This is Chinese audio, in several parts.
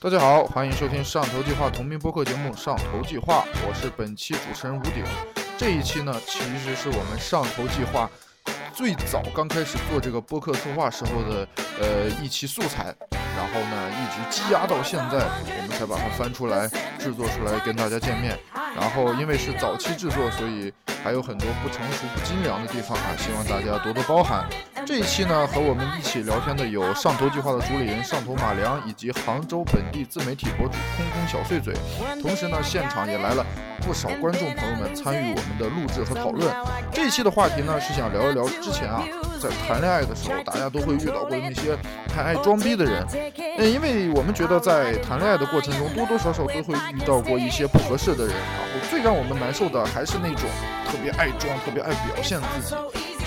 大家好，欢迎收听上头计划同名播客节目《上头计划》，我是本期主持人吴鼎。这一期呢，其实是我们上头计划最早刚开始做这个播客策划时候的呃一期素材，然后呢一直积压到现在，我们才把它翻出来制作出来跟大家见面。然后因为是早期制作，所以还有很多不成熟、不精良的地方啊，希望大家多多包涵。这一期呢，和我们一起聊天的有上头计划的主理人上头马良，以及杭州本地自媒体博主空空小碎嘴。同时呢，现场也来了不少观众朋友们参与我们的录制和讨论。这一期的话题呢，是想聊一聊之前啊，在谈恋爱的时候，大家都会遇到过那些太爱装逼的人。呃，因为我们觉得在谈恋爱的过程中，多多少少都会遇到过一些不合适的人，然后最让我们难受的还是那种特别爱装、特别爱表现自己。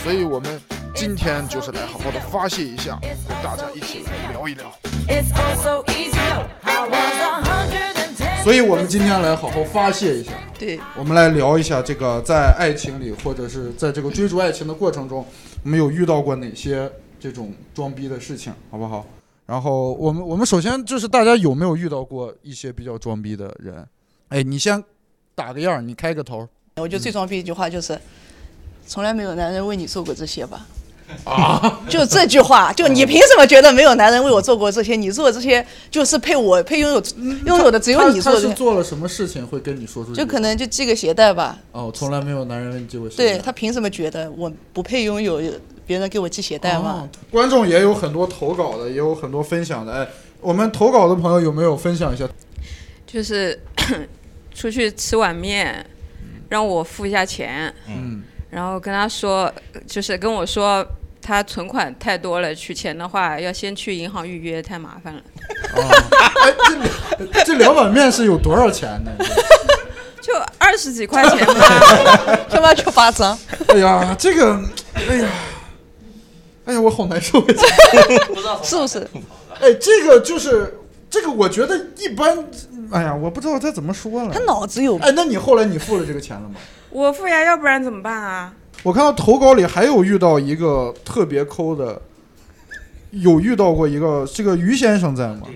所以我们今天就是来好好的发泄一下，跟大家一起来聊一聊。 It's all so easy. No, I was 110. 所以我们今天来好好发泄一下，对，我们来聊一下这个在爱情里，或者是在这个追逐爱情的过程中，我们有遇到过哪些这种装逼的事情，好不好？然后我们我们首先就是大家有没有遇到过一些比较装逼的人？哎，你先打个样儿，你开个头儿。我觉得最装逼的一句话就是，从来没有男人为你做过这些吧。啊！就这句话，就你凭什么觉得没有男人为我做过这些？你做这些就是配我配拥有拥有的只有你做他他这是些，做了什么事情会跟你说出去？就可能就系个鞋带吧。哦，从来没有男人问你借过鞋对带他凭什么觉得我不配拥有别人给我系鞋带吗哦？观众也有很多投稿的，也有很多分享的。哎，我们投稿的朋友有没有分享一下？就是 出去吃碗面，让我付一下钱，嗯。然后跟他说，就是跟我说他存款太多了，取钱的话要先去银行预约，太麻烦了。 哎，这两这两碗面是有多少钱呢？就二十几块钱吧，他妈就八张，哎呀，这个，哎呀，哎呀，我好难受。啊 是不是？哎，这个就是这个，我觉得一般。哎呀，我不知道该怎么说了他。脑子有病哎，那你后来你付了这个钱了吗？ 我付呀，要不然怎么办啊？我看到投稿里还有遇到一个特别抠的，有遇到过一个这个于先生在吗？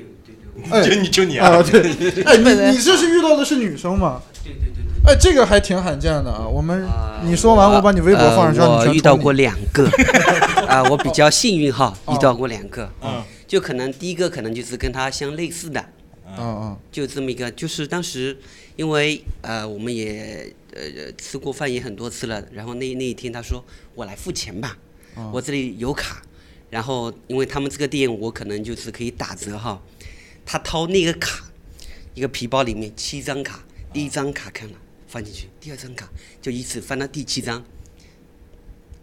哎就你就你啊 啊，，对，哎，本人你你这是遇到的是女生吗？对对对。哎，这个还挺罕见的啊。我们你说完，我把你微博放上去，呃让你我全遇到冲你过两个， 啊、我比较幸运哈，哦遇到过两个，嗯就可能第一个可能就是跟他相类似的，嗯啊啊就这么一个，就是当时因为呃我们也呃吃过饭也很多次了，然后那那一天他说我来付钱吧，啊我这里有卡，然后因为他们这个店我可能就是可以打折哈，他掏那个卡，一个皮包里面七张卡，第一张卡看了放进去，第二张卡就一直翻到第七张，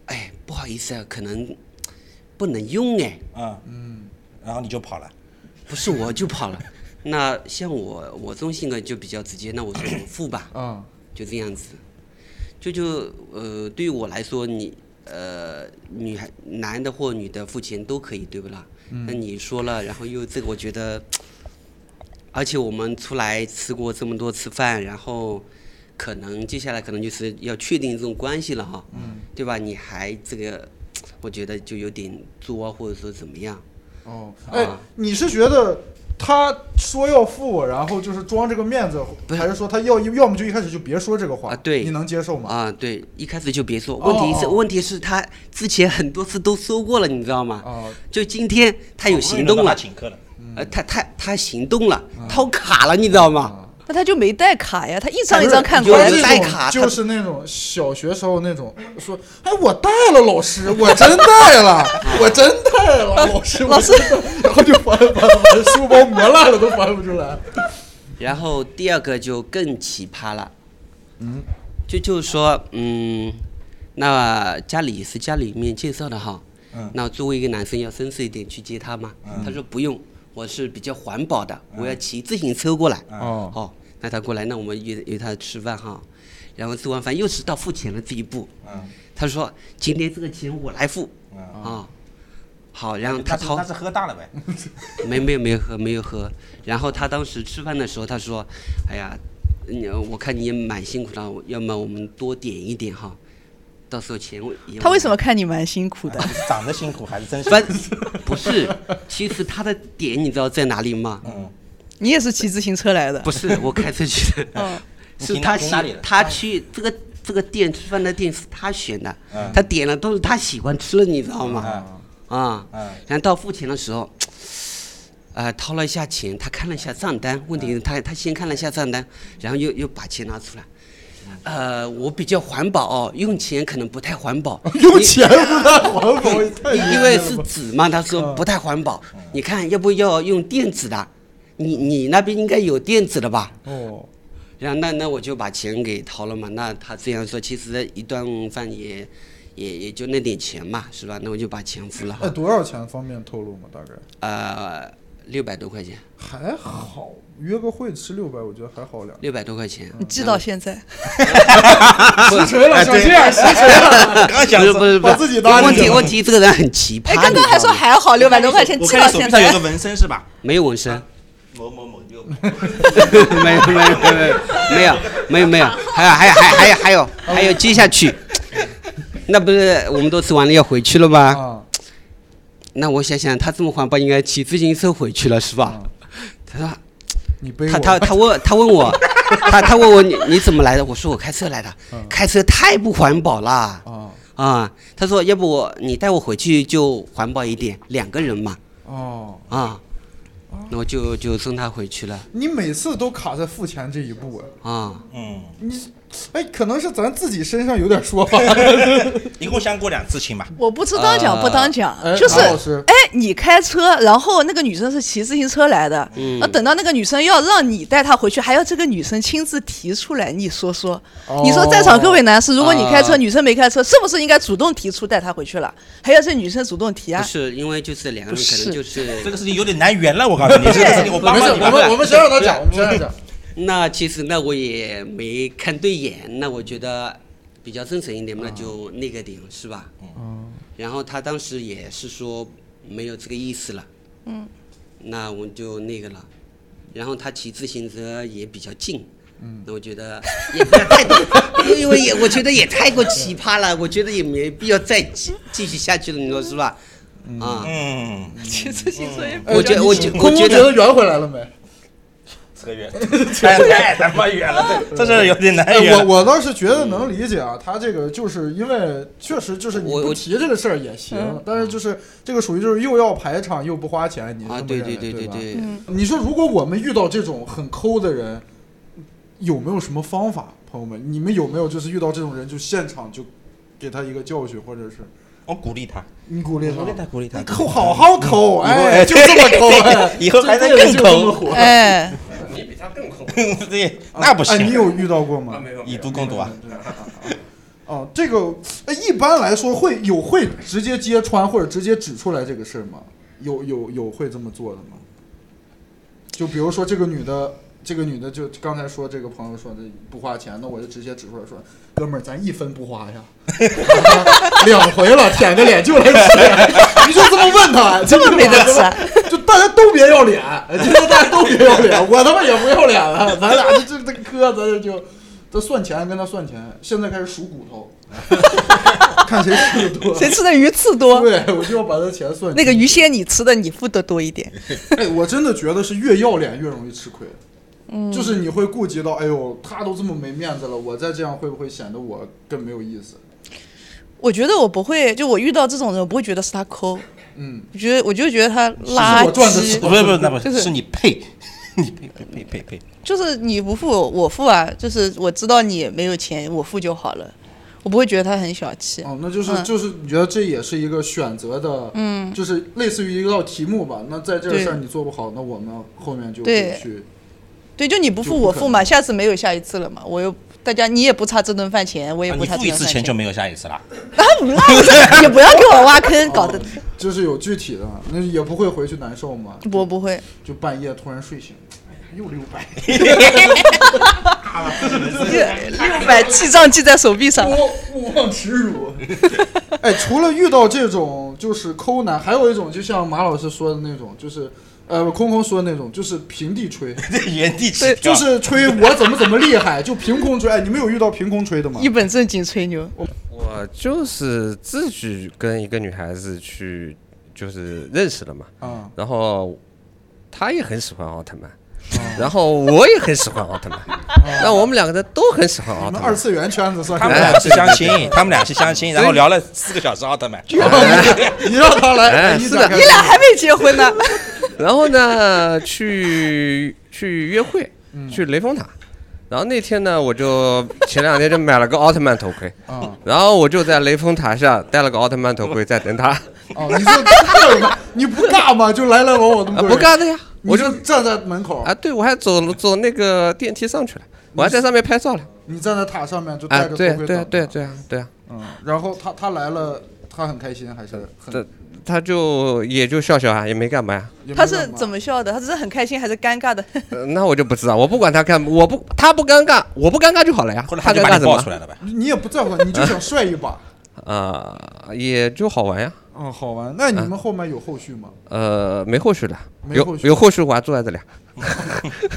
哎不好意思啊，可能不能用哎，嗯嗯，然后你就跑了，不是我就跑了。那像我，我这种性格就比较直接。那我说 我付吧，啊！就这样子。就就呃，对于我来说，你呃，女孩男的或女的付钱都可以，对不啦？嗯那你说了，然后又这个，我觉得，而且我们出来吃过这么多次饭，然后可能接下来可能就是要确定这种关系了哈，嗯对吧？你还这个，我觉得就有点作，啊或者说怎么样？哦，哎啊，你是觉得他说要付我，然后就是装这个面子，不是还是说他要要么就一开始就别说这个话啊对你能接受吗？啊，对，一开始就别说。哦问题是，哦问题是他之前很多次都说过了，你知道吗？啊，就今天他有行动我不能让了他，请客了，呃，他他他行动了，嗯掏卡了，你知道吗？那他就没带卡呀，他一张一张看有过他来人的这。带种卡就啊他是那种小学时候那种说，哎，我带了，老师，我真带了，我真带了，老师，我老师真带了， 然后就翻翻翻，书包磨烂了都翻不出来。然后第二个就更奇葩了，嗯，就就是说，嗯，那家里是家里面介绍的哈，嗯那作为一个男生要绅士一点去接他嘛，他说不用，我是比较环保的，嗯我要骑自行车过来，哦，哦，那他过来，那我们约约他吃饭哈，然后吃完饭又是到付钱的这一步，嗯他说今天这个钱我来付嗯，啊，好，然后他他是掏他是喝大了呗，没没有没有喝没有喝，然后他当时吃饭的时候他说，哎呀，你我看你也蛮辛苦的，要么我们多点一点哈，到时候钱我也他为什么看你蛮辛苦的？长得辛苦还是真辛苦？翻？不是，其实他的点你知道在哪里吗？嗯，你也是骑自行车来的？不是我开车去 的，嗯，你是停他哪停喜哪里的他去这个这个店吃饭的店是他选的，他点了都是他喜欢吃的，你知道吗？嗯啊，嗯然后到付钱的时候，呃，掏了一下钱，他看了一下账单，问题是他他先看了一下账单，然后又又把钱拿出来。呃，我比较环保哦，用钱可能不太环保 用钱不太环保，也太因为是纸嘛，他说不太环保。你看，要不要用电子的？你你那边应该有电子的吧？哦，然后那那我就把钱给掏了嘛。那他这样说，其实一顿饭也也也就那点钱嘛，是吧？那我就把钱付了哎，，多少钱？方便透露吗？大概呃，六百多块钱，还好，约个会吃六百，我觉得还好两。嗯六百多块钱。记到 现 在。实锤了，小心啊点，实锤了。哎 刚不是哎不是不把是，自己当问成题问题，这个人很奇葩。哎，刚刚还你知说道吗还好，六百多块钱我记看到你手现臂上有在个。纹身是吧？没有纹身，某某某六， 没有没有没有没有没有没有，还有还有还有还有还有还有接下去， 那不是我们都吃完了要回去了吗？啊，那我想想，他这么环保，应该骑自行车回去了是吧？他说。你背他我他他 问他问我，他他问我你你怎么来的？我说我开车来的，开车太不环保啦啊啊！他说要不我你带我回去就环保一点，两个人嘛哦，啊，那我就就送他回去了你每次都卡在付钱这一步哎，啊。嗯，你哎，可能是咱自己身上有点 说法。 一共相过两次亲吧？我不知当讲不当讲哎，就是马老师哎，你开车，然后那个女生是骑自行车来的，嗯那等到那个女生要让你带她回去，还要这个女生亲自提出来，你说说哦，你说在场各位男士，如果你开车，啊女生没开车，是不是应该主动提出带她回去了？还要这女生主动提不 啊？是因为就是两个人可不是能就是这个事情有点难圆了，我告诉你，这个事情我帮没事帮你，我们们我们先让他讲，我们先让他讲。 那其实那我也没看对眼，那我觉得比较真诚一点，那就那个点是吧？嗯，然后他当时也是说没有这个意思了，嗯，那我就那个了。然后他骑自行车也比较近，嗯，那我觉得也不要太 多，因为也我觉得也太过奇葩了，我觉得也没必要再继继续下去了，你说是吧？啊，嗯，骑自行车也呃我觉我觉我公公觉觉得得圆回来了没？这个圆， 哎太他妈远了，嗯 这这事儿有点难哎，圆。我我倒是觉得能理解啊，他这个就是因为确实就是你我不我提这个事儿也嗯行，但是就是这个属于就是又要排场又不花钱，你是这啊，么对认为对对对吧对，你说如果我们遇到这种很抠的人，有没有什么方法？朋友们，你们有没有就是遇到这种人就现场就给他一个教训，或者是我鼓励他，你鼓励他？鼓励他你抠好好抠，哎，哎就这么抠， 哎 以后还能 就这更个就这抠。么火。哎，你比他更 抠， 对，那不哎，你行，有遇到过吗？有以毒攻毒啊！哦，这个哎，一般来说会有会直接揭穿或者直接指出来这个事儿吗？有有有会这么做的吗？就比如说这个女的，这个女的就刚才说这个朋友说的不花钱，那我就直接指出来说，哥们儿，咱一分不花呀， 两回了，舔个 脸就来 吃，你就这么问他，就这么没得吃啊吃，就大家都别要脸，今天大家都别要脸，我他妈也不要脸了，咱俩就这这磕，咱这就。这算钱跟他算钱，现在开始数骨头，看谁吃的多。谁吃的鱼刺多？对，哎我就要把他钱算那个清鱼鲜你吃的，你付的多一点。 哎，我真的觉得是越要脸越容易吃亏。嗯，就是你会顾及到，哎呦，他都这么没面子了，我再这样会不会显得我更没有意思？我觉得我不会，就我遇到这种人，我不会觉得是他抠，嗯，我觉得我就觉得他是垃我赚的圾钱。不是不是，那不，就是是你配，你配配配配配。就是你不付我付啊，就是我知道你没有钱，我付就好了，我不会觉得他很小气。哦，那就是、嗯就是，你觉得这也是一个选择的，嗯，就是类似于一道题目吧。那在这个对事儿你做不好，那我们后面就会对去对，就你不付我付嘛，下次没有下一次了嘛，我又大家你也不差这顿饭钱，我也啊不你差付这顿一饭次钱就没有下一次了。啊那这 也不要给我挖 坑，搞哦得就是有具体的，那也不会回去难受嘛。我不会。就半夜突然睡醒，哎呀，又六百，六百记账记在手臂上，我勿忘耻辱。 哎，除了遇到这种就是抠男，还有一种就像马老师说的那种，就是呃，空空说的那种，就是平地 吹，这原地起就跳，是吹我怎么怎么厉害，就 凭空吹。哎，你们有遇到凭空吹的吗一？本正经吹牛。我就是自己跟一个女孩子去，就是认识了嘛，啊，然后她也很喜欢奥特曼，然后我也很喜欢奥特曼，那我们两个人都很喜欢奥特我啊们二曼。次元圈子算他们是。俩是相亲，他们俩是相亲，然后聊了四个小时奥特曼。你让他来，哎你是的展开你俩还没结婚呢，然后呢，去去约会，嗯去雷峰塔。然后那天呢，我就前两天就买了个奥特曼头盔，啊然后我就在雷峰塔下戴了个奥特曼头盔在等他，哦，你这客人嘛，你不尬吗？ 就来来往往这么啊多不人，干的呀，你我就站在门口啊，对我还走走那个电梯上去了，我还在上面拍照了，你站在塔上面就啊戴，着对头盔对等对着对啊对啊，嗯，然后他他来了，他很开心还是很这他就也就笑笑啊，也没干嘛呀，也没他是干嘛怎么笑的？他是很开心还是尴尬的？呃那我就不知道，我不管他干，我不他不尴尬，我不尴尬就好了呀，后来他就尴把尬你怎抱出么？来了呗。你你也不在乎，你就 想帅一把。啊，也就好玩呀，哦，好玩。那嗯你们后面有后续吗？呃，没后续了，没后有续有后续我还坐在这里啊，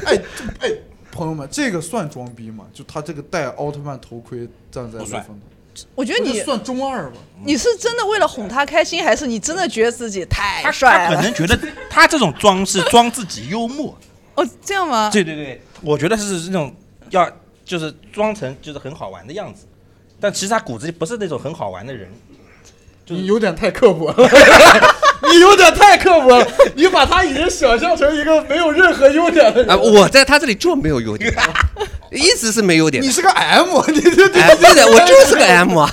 哎这哎，朋友们，这个算装逼吗？就他这个戴奥特曼头盔站在不雷算锋塔，我觉得这你算中二吧？嗯你是真的为了哄他开心，还是你真的觉得自己太他帅他可了？能觉得他这种装是装自己幽默，哦，这样吗？对对对，我觉得是那种要就是装成就是很好玩的样子，但其实他骨子里不是那种很好玩的人。你有点太刻薄了， 你有点太刻薄了，你把他已经想象成一个没有任何优点的人。啊，我在他这里就没有优 点，一直是没优点的你。是个 M，你啊这这哎，对的，我就是个 M 啊。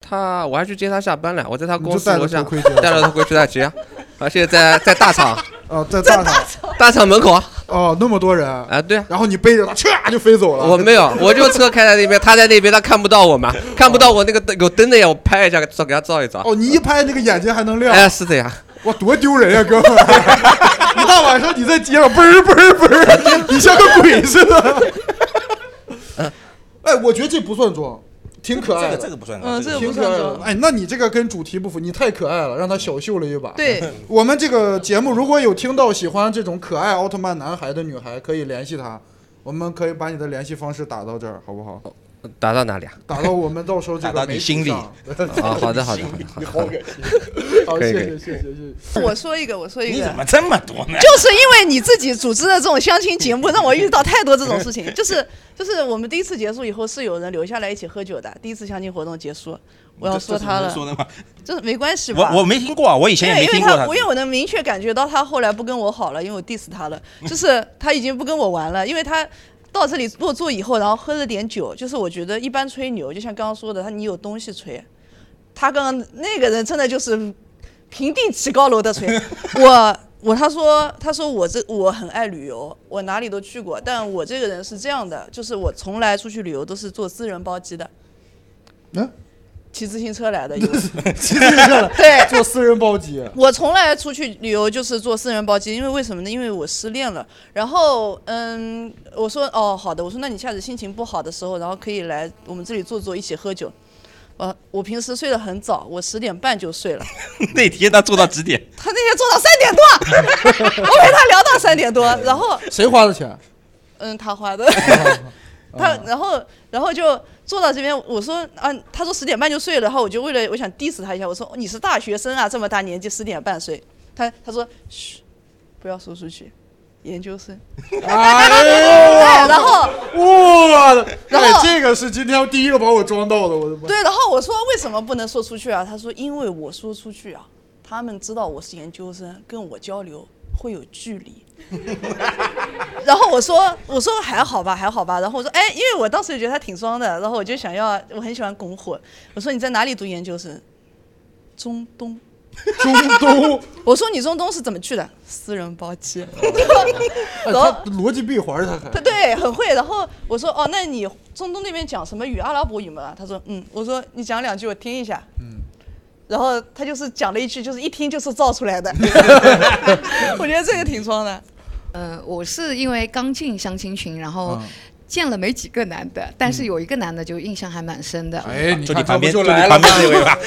他，我还去接他下班了，我在他公司楼下你就戴着头盔接他戴了头盔去他接， 而且在在大厂 啊，在大厂大厂门口啊哦，那么多人，啊，对啊，然后你背着他，唰就飞走了。我没有， 我就车开在那边，他在那边，他看不到我 嘛，看不到我那个灯有灯的呀，我拍一下，照给他照一照。哦，你一拍那个眼睛还能亮，啊哎，是的呀，哇，多丢人呀，哥们儿！一大晚上你在街上嘣儿嘣儿嘣儿，你像个鬼似的。嗯 哎，我觉得这不算装，挺可这爱个的，这个不算装，嗯这这个个不挺不算可爱算的装。哎，那你这个跟主题不符，你太可爱了，让他小秀了一把。，对， 我们这个节目如果有听到喜欢这种可爱奥特曼男孩的女孩，可以联系他。我们可以把你的联系方式打到这儿，好不好？打到哪里啊？打到我们到时候这打个到你媒体心里上啊，好的，好的，好的，好 你的。好好的恶心。好，可以谢可谢以谢谢谢谢。我说一个，我说一你个怎，么这么多呢？ 就是因为你自己组织的这种相亲节目，让我遇到太多这种事情。 就是就是我们第一次结束以后是有人留下来一起喝酒的，第一次相亲活动结束，我要说他这了是，能说的吗？就是没关系吧？我我没听过，啊我以前因也为没因为听过他，我因为我能明确感觉到他后来不跟我好了，因为我 diss 他了，就是他已经不跟我玩了，因为他到这里落座以后，然后喝了点酒，就是我觉得一般吹牛，就像刚刚说的，他你有东西吹，他刚刚那个人真的就是平地起高楼的吹，我。我他说他说我这我很爱旅游，我哪里都去过，但我这个人是这样的，就是我从来出去旅游都是坐私人包机的，嗯，骑自行车来的，有骑自行车了，对，坐私人包机。我从来出去旅游就是坐私人包机，因为为什么呢？因为我失恋了。然后，嗯，我说哦，好的，我说那你下次心情不好的时候，然后可以来我们这里坐坐，一起喝酒。呃，我平时睡得很早，我十点半就睡了。那天他做到几点？他那天做到三点多，我 陪他聊到三点多，然后谁花的钱？嗯，他花的。他然后然后就坐到这边，我说啊，他说十点半就睡了，然后我就为了我想 diss 他一下，我说你是大学生啊，这么大年纪十点半睡。他他说嘘，不要说出去，研究生。对，哎然后呦，哇！然哎后，这个是今天第一个把我装到的，我的妈！对，然后我说为什么不能说出去啊？他说因为我说出去啊，他们知道我是研究生，跟我交流会有距离。 然后我说我说还好吧，还好吧。然后我说哎，因为我当时也觉得他挺装的，然后我就想要，我很喜欢拱火。我说你在哪里读研究生？中东。中东， 我说你中东是怎么去的？私人包 机。哎然后他逻辑闭环，他还他对很会。然后我说哦，那你中东那边讲什么语？阿拉伯语吗？他说嗯。我说你讲两句我听一下。嗯。然后他就是讲了一句，就是一听就是造出来的。 我觉得这个挺装的。嗯呃，我是因为刚进相亲群，然后见了没几个男的，但是有一个男的就印象还蛮深嗯的。哎，你就你看旁边，就这不你就来了旁吗边？这 位吧。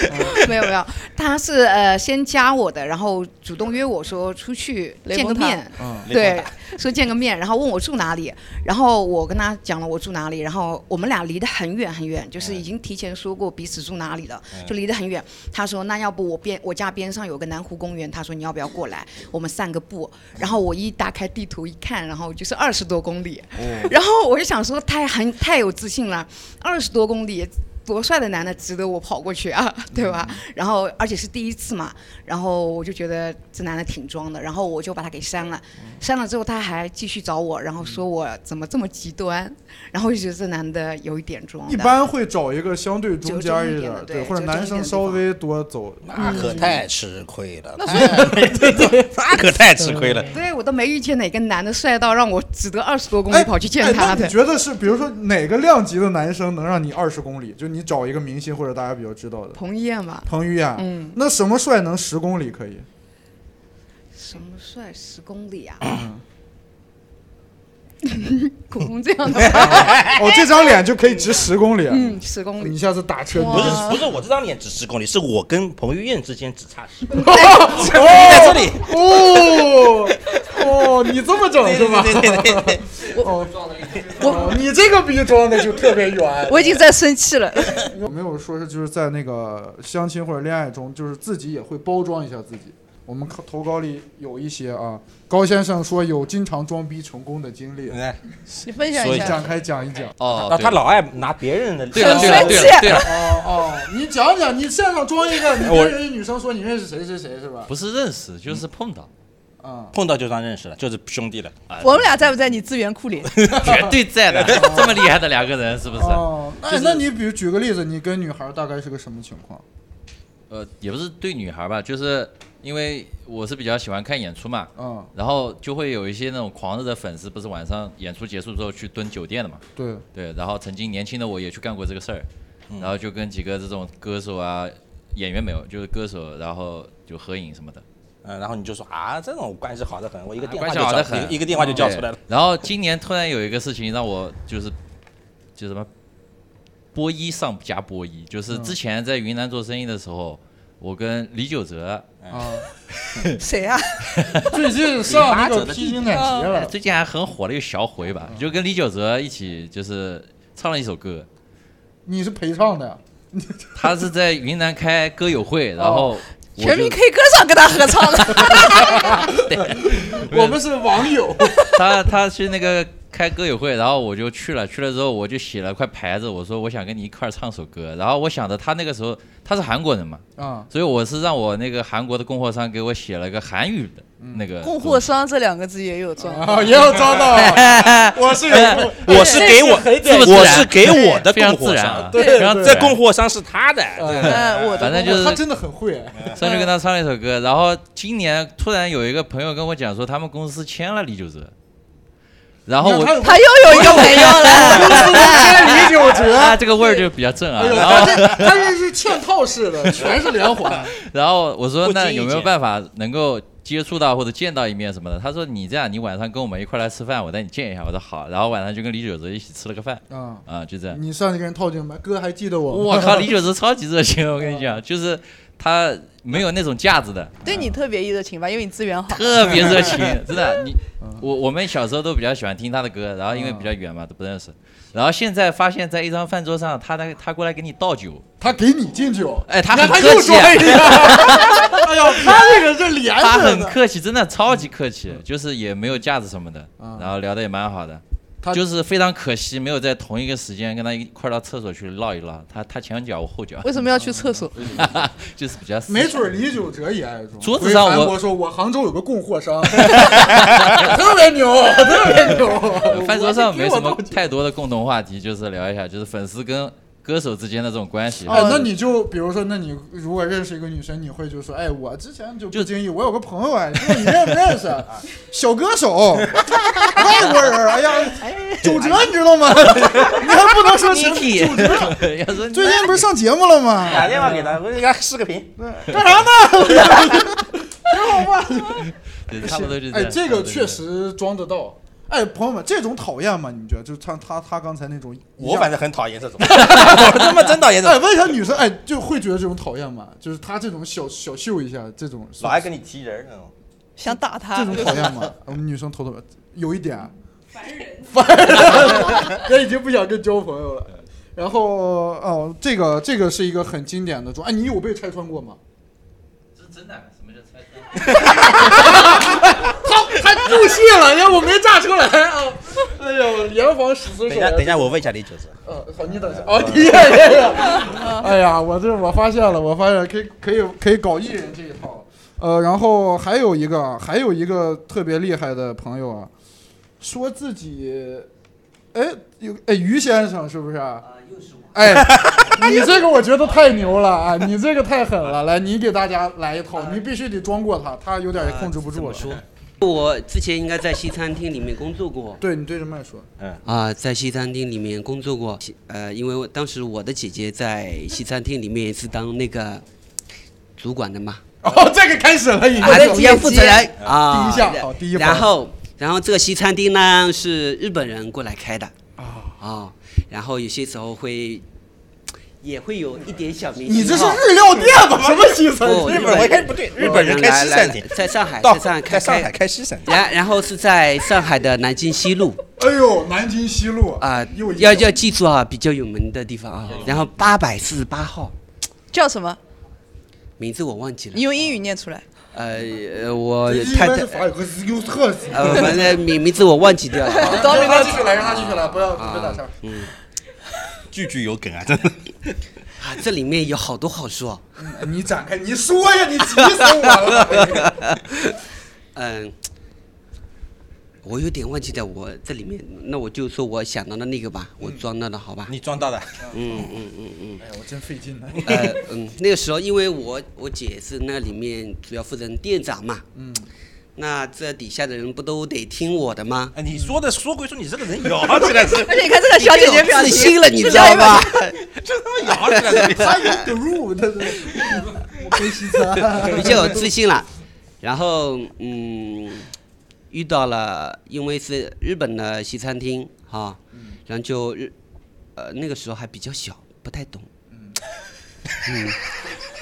没有没有，他是呃先加我的，然后主动约我说出去雷见个峰塔面，嗯，对，说见个面，然后问我住哪里，然后我跟他讲了我住哪里，然后我们俩离得很远很远，就是已经提前说过彼此住哪里了，就离得很远。他说那要不我边我家边上有个南湖公园，他说你要不要过来，我们散个步。然后我一打开地图一看，然后就是二十多公里，然后我就想说太很太有自信了，二十多公里。多帅的男的值得我跑过去嗯啊，对吧？然后而且是第一次嘛，然后我就觉得这男的挺装的，然后我就把他给删了。嗯删了之后他还继续找我，然后说我怎么这么极端，然后我就觉得这男的有一点装的。一般会找一个相对中间折中一一点点儿，的对，对或者折中一男生点的稍地方微多走。那可太吃亏了。那可太吃亏了。对我都没遇见哪个男的帅到让我只得二十多公哎里跑去见他哎那的。你觉得是，比如说哪个量级的男生能让你二十公里？就你找一个明星或者大家比较知道的，彭于晏嘛，彭于晏。嗯，那什么帅能十公里可以？什么帅十公里 啊？ 古潼这样的吗， 哦，这张脸就可以值十公里。啊嗯，十公里你。下次打车，哇不是啊不 是，我这张脸只十公里，是我跟彭于晏之间只差十公里。在在这里哦 哦，你这么整是吧？对对对对，哦，你这个逼装的就特别远。我已经在生气了。有没有说是就是在那个相亲或者恋爱中，就是自己也会包装一下自己？我们看投稿里有一些啊，高先生说有经常装逼成功的经历，来，你分享一所以下，展开讲一讲。哦，啊，对他老爱拿别人的。对了对了对了对了，哦哦，你讲讲，你现场装一个，你跟人家女生说你认识谁谁谁是吧？ 不是认识，就是碰到，哎啊，碰到就算认识了，就是兄弟了。我们俩在不在你资源库 里？ 绝对在 的。这么厉害的两个人，是不是？哦，哎，那你比如举个例子，你跟女孩大概是个什么情况？呃，也不是对女孩吧，就是因为我是比较喜欢看演出嘛，嗯，然后就会有一些那种狂热的粉丝，不是晚上演出结束之后去蹲酒店的嘛？对，嗯对，然后曾经年轻的我也去干过这个事儿，然后就跟几个这种歌手啊、演员没有，就是歌手，然后就合影什么的，嗯，然后你就说啊，这种关系好的很，我一个电关话系就好的叫一很，嗯个一个电话就叫出来了对。。然后今年突然有一个事情让我就是就什么波一上加波一，就是嗯之前在云南做生意的时候，我跟李玖哲嗯 啊，谁啊？最近上那个披荆斩嗯棘了，最近还很火的一个小回吧，就跟李玖哲一起就是唱了一首歌，你是陪唱的呀？他是在云南开歌友会，然后我就哦全民 K 歌上跟他合唱 的， 我们是网友， 他他去那个开歌友会，然后我就去了，去了之后我就写了块牌子，我说我想跟你一块儿唱首歌，然后我想着他那个时候他是韩国人嘛，啊，所以我是让我那个韩国的供货商给我写了个韩语的嗯那个供货商这两个字也有装。啊，也有遭到，啊我是有一个，我是给我，自不自然我是给我的非常供货自然啊商，，对非常对自这然供货商是他的。嗯，我反的正就是他真的很会，哎上去跟他唱了一首歌，然后今年突然有一个朋友跟我讲说，他们公司签了李玖哲，然后哦我他有他又 有一个朋友了， 千里九啊折，这个味儿就比较正啊，哎 呦，然后他这他这是嵌套式的，全是连 环，然后我说不经那意有没有间办法能够接触到或者见到一面什么的？他说你这样，你晚上跟我们一块来吃饭，我带你见一下。我说好，然后晚上就跟李玖哲一起吃了个饭啊。啊，就这样。你上去跟人套近乎，哥还记得我吗？我靠，李玖哲超级热情，我跟你讲，就是他没有那种架子 的，对你特别热情吧，因为你资源好。特别热情，真的。你嗯我我们小时候都比较喜欢听他的歌，然后因为比较远嘛，都不认识。然后现在发现，在一张饭桌上，他来他过来给你倒酒，他给你敬酒，哎，他哦你很看他客又气说，一遍，哎呦，他这个 是连他着很的，嗯客气，真的超级客气，就是也没有架子什么的，啊然后聊得也蛮好的他。就是非常可惜，没有在同一个时间跟他一块儿到厕所去唠一唠。他他前脚我后脚，为什么要去厕所？ 就是比较死 没准李玖哲也爱装。桌子上我回韩国说，我杭州有个供货商， 特别牛，哦特别呃牛。饭桌上没什么哎。太多的共同话题，就是聊一下就是粉丝跟歌手之间的这种关系。哦那你就比如说，那你如果认识一个女生，你会就说，哎，我之前就不经意，我有个朋友啊， 你认不认识？小歌手，外国人，哎呀，九哲你知道吗？ 你还不能说你是体九哲，要说你最近不是上节目了吗？打电话给他，我给他视个 频。 对差不多就这哎，样。这个对。确对对实装得到。哎，朋友们，这种讨厌吗？你们觉得？就像他他刚才那种，我反正很讨厌 这种我他妈真讨厌这种哎，问一下女生，哎，就会觉得这种讨厌吗？就是他这种小小秀一下，这种老爱跟你提人儿那种。想打他，这种讨厌吗？我们女生偷偷有一点，烦人， 人已经不想跟交朋友了。然后哦，这个这个是一个很经典的装，哎，你有被拆穿过吗？真的，啊什么叫拆穿？他还入戏了，因为我没炸出来啊！哎呦，严防死守。等一下，等一下，我问一下李九子。嗯，好，你等啊一下。哦，你也这个。 哎呀，我这我发现了，我发现了可以可以可以搞艺人这一套。呃，然后还有一个啊，还有一个特别厉害的朋友啊，说自己，哎，有哎于先生是不是？啊，又是我。哎，你这个我觉得太牛了啊，你这个太狠了。来，你给大家来一套，你必须得装过他，他有点控制不住了。我之前应该在西餐厅里面工作过。对你对着麦说，嗯啊，在西餐厅里面工作过，呃，因为我当时我的姐姐在西餐厅里面是当那个主管的嘛。哦，这个开始了，已经。我的姐姐负责人啊，第一项，好，第一环。然后，然后这个西餐厅呢是日本人过来开的。哦，然后有些时候会，也会有一点小明星号。哦你这是日料店吧？什么西餐？不日本人开不对日本人开西餐厅哦来来在上海，到在上海在开上海开西餐厅然然后是在上海的南京西路。哎呦，南京西路啊又一要种要记住啊，比较有名的地方啊。然后八百四十八号，叫什么？名字我忘记了你。用英语念出来。，呃呃，我这一太般太是法语和斯优特哎斯。呃，反正名名字我忘记 掉了。让他继续来，让他继续来，不要别打岔。嗯，句句有梗啊，真的。 啊，这里面有好多好处啊。嗯你展开，你说呀，你急死我了。 嗯，我有点忘记掉我这里面，那我就说我想到的那个吧，我装到的好吧？你装到的。嗯嗯嗯嗯。哎呀，我真费劲呢。 呃嗯，那个时候因为我我姐是那里面主要负责人店长嘛，嗯，那这底下的人不都得听我的吗？哎，你说的说归说，你这个人 摇起来是而且你看这个小姐姐表情自信了，你知道 吧？摇起来是。他有 the room，他是我跟西餐。 比较有自信了。然后嗯，遇到了，因为是日本的西餐厅哈、然后就日呃那个时候还比较小，不太懂。嗯，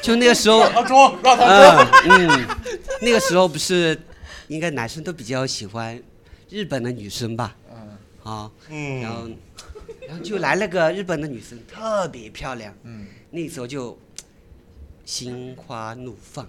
就那个时候，装，让嗯嗯，那个时候不是应该男生都比较喜欢日本的女生吧？嗯啊，嗯然后然后就来了哎个日本的女生，特别漂亮。嗯那时候就心花怒放，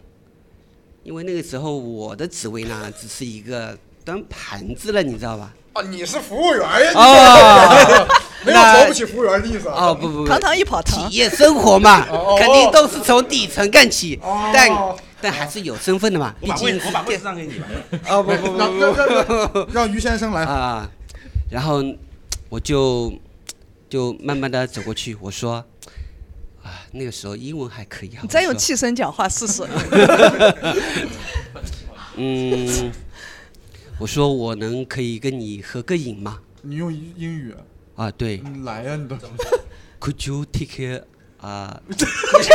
因为那个时候我的职位呢，只是一个端盘子了，你知道吧？啊，你是服务员哎呀？你哦， 没有瞧不起服务员的意思啊。哦，不不不，堂堂一跑堂体，验生活嘛哦哦，肯定都是从底层干起哦，但但还是有身份的嘛，我毕把竟位是我把位置让给 你吧。 哦不不让让让让于先生来。啊，然后我就就慢慢的走过去，我说啊，那个时候英文还可以啊，你再我用说气声讲话试试。 嗯，我说我能可以跟你合个影吗？ 你用英语，啊，对你来呀，你都。 ，Could you take a 啊、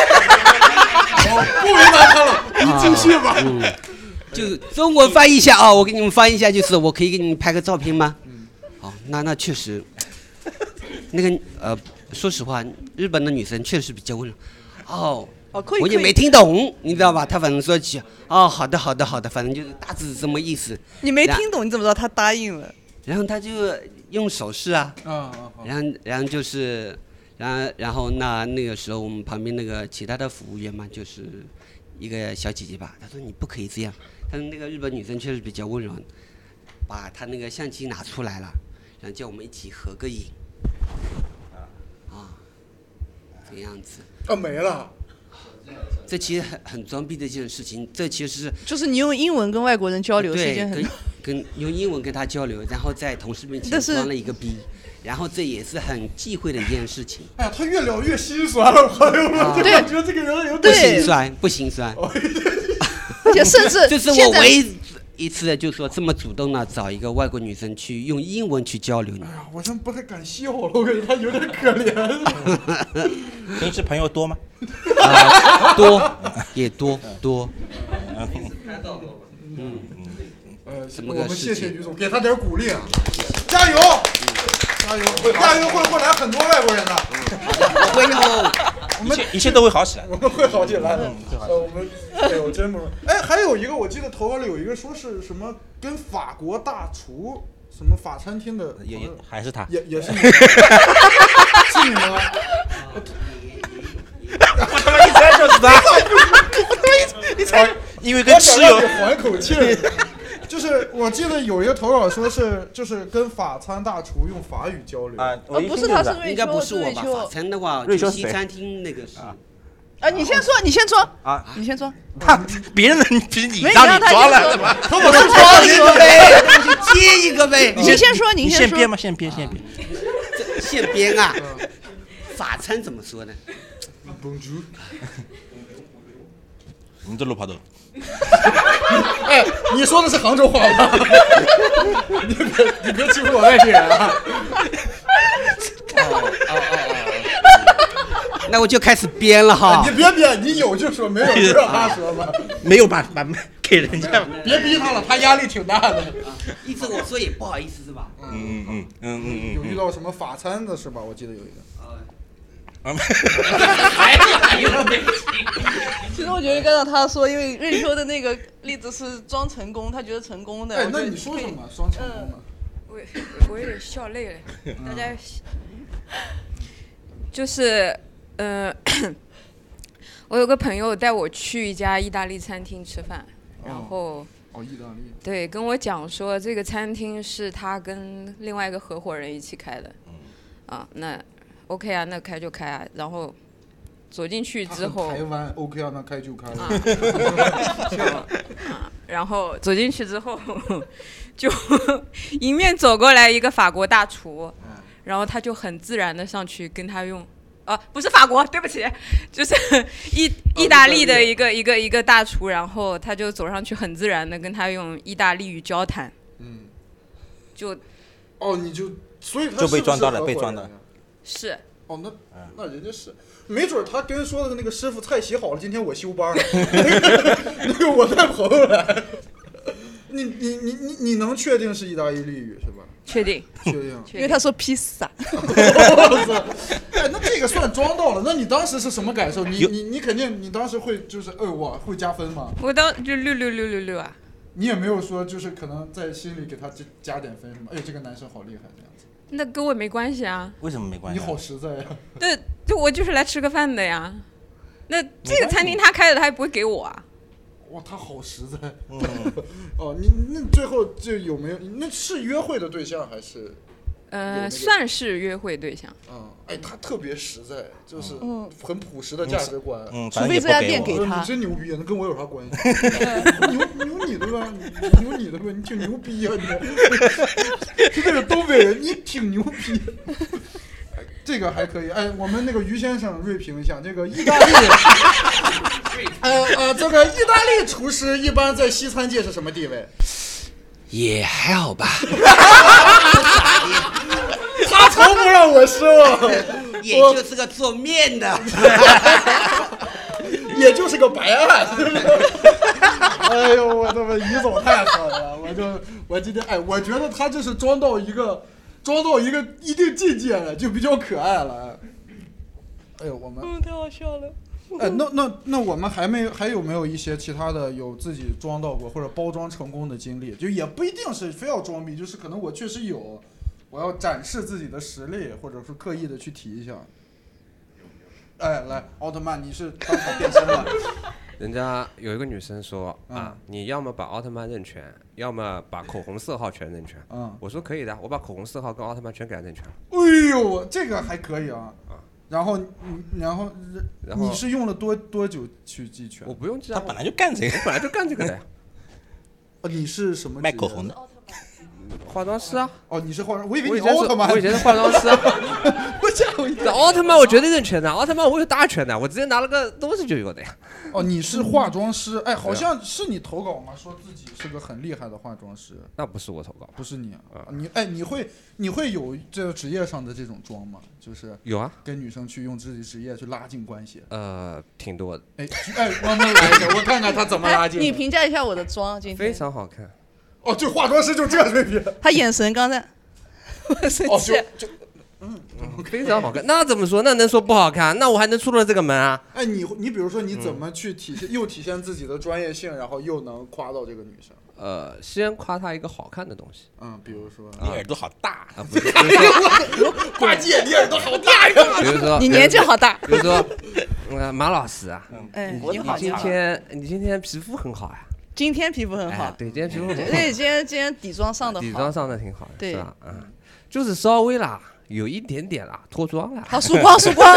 哦不为难他了，你继续啊吧。嗯，就中文翻译一下啊、我给你们翻译一下，就是我可以给你们拍个照片吗？嗯哦，那那确实， 那个呃，说实话，日本的女生确实比较温柔。哦， 哦，可以，我也可以没听懂，你知道吧？她反正说一句，哦，好的，好的，好的，反正就是大致这么意思。你没听懂，你怎么知道他答应了？然后她就用手势啊，嗯嗯嗯。然后然后就是，然后然后那那个时候我们旁边那个其他的服务员嘛，就是一个小姐姐吧，她说你不可以这样，但是那个日本女生确实比较温柔，把她那个相机拿出来了，然后叫我们一起合个影，啊，这样子，啊，没了。这其实很很装逼的一件事情，这其实是就是你用英文跟外国人交流是一啊对，件很跟跟用英文跟他交流，然后在同事面前但是装了一个逼，然后这也是很忌讳的一件事情。哎呀，他越聊越心酸了，朋友们，就对感觉这个人有不点心 对，酸，不心酸。哦而且甚至这是我现在唯一一次就说这么主动的找一个外国女生去用英文去交流你哎。呀，我真不太敢笑了，我感觉他有点可怜。 平时朋友 多吗？ 嗯啊，多也多多。呃怎，么我个们世谢界谢于总，给他点鼓励啊！加油，加油！亚运会会来很多外国人的，会有，我们一切都会好起来。我们会好起来的。啊呃，我们，哎呦，真不容易。哎，还有一个，我记得投稿里有一个说是什么跟法国大厨什么法餐厅的，也也还是他，也 也是你，是你吗？ 我他妈一猜就是他， 我他妈一猜， 因为跟吃有我想让你缓口气儿。 就是我记得有一个投稿说是，就是跟法餐大厨用法语交流啊我一哦听就应该不是我吧？瑞秋法餐的话，瑞秋就是西谁餐厅那个是。啊，你先说，你先说， 啊，你先说。他别人的你比你没 让让你他装先了，说怎么？我都装了一个呗我就接一个呗你先说你 你先现说编吗？现编现编。这现编啊，法餐怎么说呢？ Bonjour 你这路跑的，哎，你说的是杭州话 吗？你别你别欺负我外地人啊！ 那我就开始编了啊哈你。别别，你有就说，没有就让他说吧。没有把把给人家。别逼他了，他压力挺大的。意思啊我说也不好意思是吧？嗯嗯嗯嗯有遇嗯到什么法餐的是吧？我记得有一个。啊嗯。其实我觉得应该让他说，因为瑞秋的那个例子是装成功，他觉得成功的。我，哎觉那得嗯你说什么？双成功呢？我也我有点笑累了， 大家就是呃， 我有个朋友带我去一家意大利餐厅吃饭，然后哦，意大利。对跟我讲说这个餐厅是他跟另外一个合伙人一起开的，啊，那 OK 啊，那开就开啊，然后走进去之后他。很台湾 OK 啊，那开就开了。 啊 啊然后走进去之后，就迎面走过来一个法国大厨，然后他就很自然的上去跟他用，啊，不是法国，对不起， 就是意哦意大利的一个一个一个大厨，然后他就走上去很自然的跟他用意大利语交谈，嗯，就哦，你就 所以他就被是不撞是到了合伙被撞人到呀是哦，那那人家是，没准儿他跟说的那个师傅菜洗好了，今天我休班儿了， 那个我带朋友来。你你你你你能确定是意大利语是吧？确定，确定。 因为他说披萨， 我操！哎，那这个算装到了。那你当时是什么感受？你你你肯定，你当时会就是，哎，我会加分吗？我当就六六六六六啊，你也没有说就是可能在心里给他加加点分什么？哎，这个男生好厉害这样子。那跟我没关系啊，为什么没关你系？好实在呀、啊那就我就是来吃个饭的呀，那这个餐厅他开的，他也不会给我啊。哇，他好实在。嗯， 哦，你那最后就有没有？那是约会的对象还是？有那呃，个算是约会对象。嗯，哎，他特别实在，就是嗯很朴实的价值观。嗯，除反正非也这不家给我店嗯给我说他你真牛逼，那跟我有啥关系？牛牛你的吧，你牛你的吧，你挺牛逼啊！你， 就那个东北人，你挺牛逼。哎这个还可以，哎，我们那个于先生锐评一下，这个意大利， 呃呃，这个意大利厨师一般在西餐界是什么地位？也还好吧， 他从不让我失望，也就是个做面的。也就是个白案。 哎呦，我他妈于总太狠了，我就我今天哎，我觉得他这是装到一个装到一个一定境界了，就比较可爱了。哎呦，我们嗯，太好笑了。哎，那那那我们还没还有没有一些其他的有自己装到过或者包装成功的经历？就也不一定是非要装逼，就是可能我确实有，我要展示自己的实力，或者是刻意的去提一下。哎，来，奥特曼，你是当场变身了？ 人家有一个女生说嗯啊，你要么把奥特曼认全，要么把口红色号全认全。嗯，我说可以的，我把口红色号跟奥特曼全给他认全了。哎呦，这个还可以啊啊。然后，嗯然后，然后你是用了多多久去记全我？不用记他啊，本来就干这个我 本来就干这个的呀，哦，你是什么？卖口红。的，化妆师啊。哦，你是化妆，我以为我你以前奥是，特曼。我以前是化 妆师啊。我吓我一跳。奥特曼我绝对认全的，奥特曼我有大全的，我直接拿了个东西就有的呀。哦，你是化妆师，哎，好像是你投稿吗？说自己是个很厉害的化妆师，那不是我投稿吧？不是你啊？啊你哎，你会你会有这个职业上的这种妆吗？就是有啊，跟女生去用自己职业去拉近关系。呃，挺多的，哎哎，慢慢来一下，我看看他怎么拉近的。你评价一下我的妆今天 非常好看。哦，就化妆师就这哦水平。他眼神刚 才，我生气。非常好看。那怎么说？那能说不好看？啊那我还能出了这个门啊？哎，你你比如说，你嗯怎么去体现、又体现自己的专业性，然后又能夸到这个女生？呃，先夸她一个好看的东西。嗯，比如说，你耳朵好大啊，不是，比瓜姐，你耳朵好大呀！如说，你年纪好大，比如说，呃，马老师啊，嗯哎，你你好，今天你今天皮肤很好呀？今天皮肤很哎好，，对，今天皮肤很好对，，今天今天底妆上的底好妆，上的挺好的，对是吧？嗯，就是稍微啦，有一点点啦，脱妆啦。好，曙光， 曙光，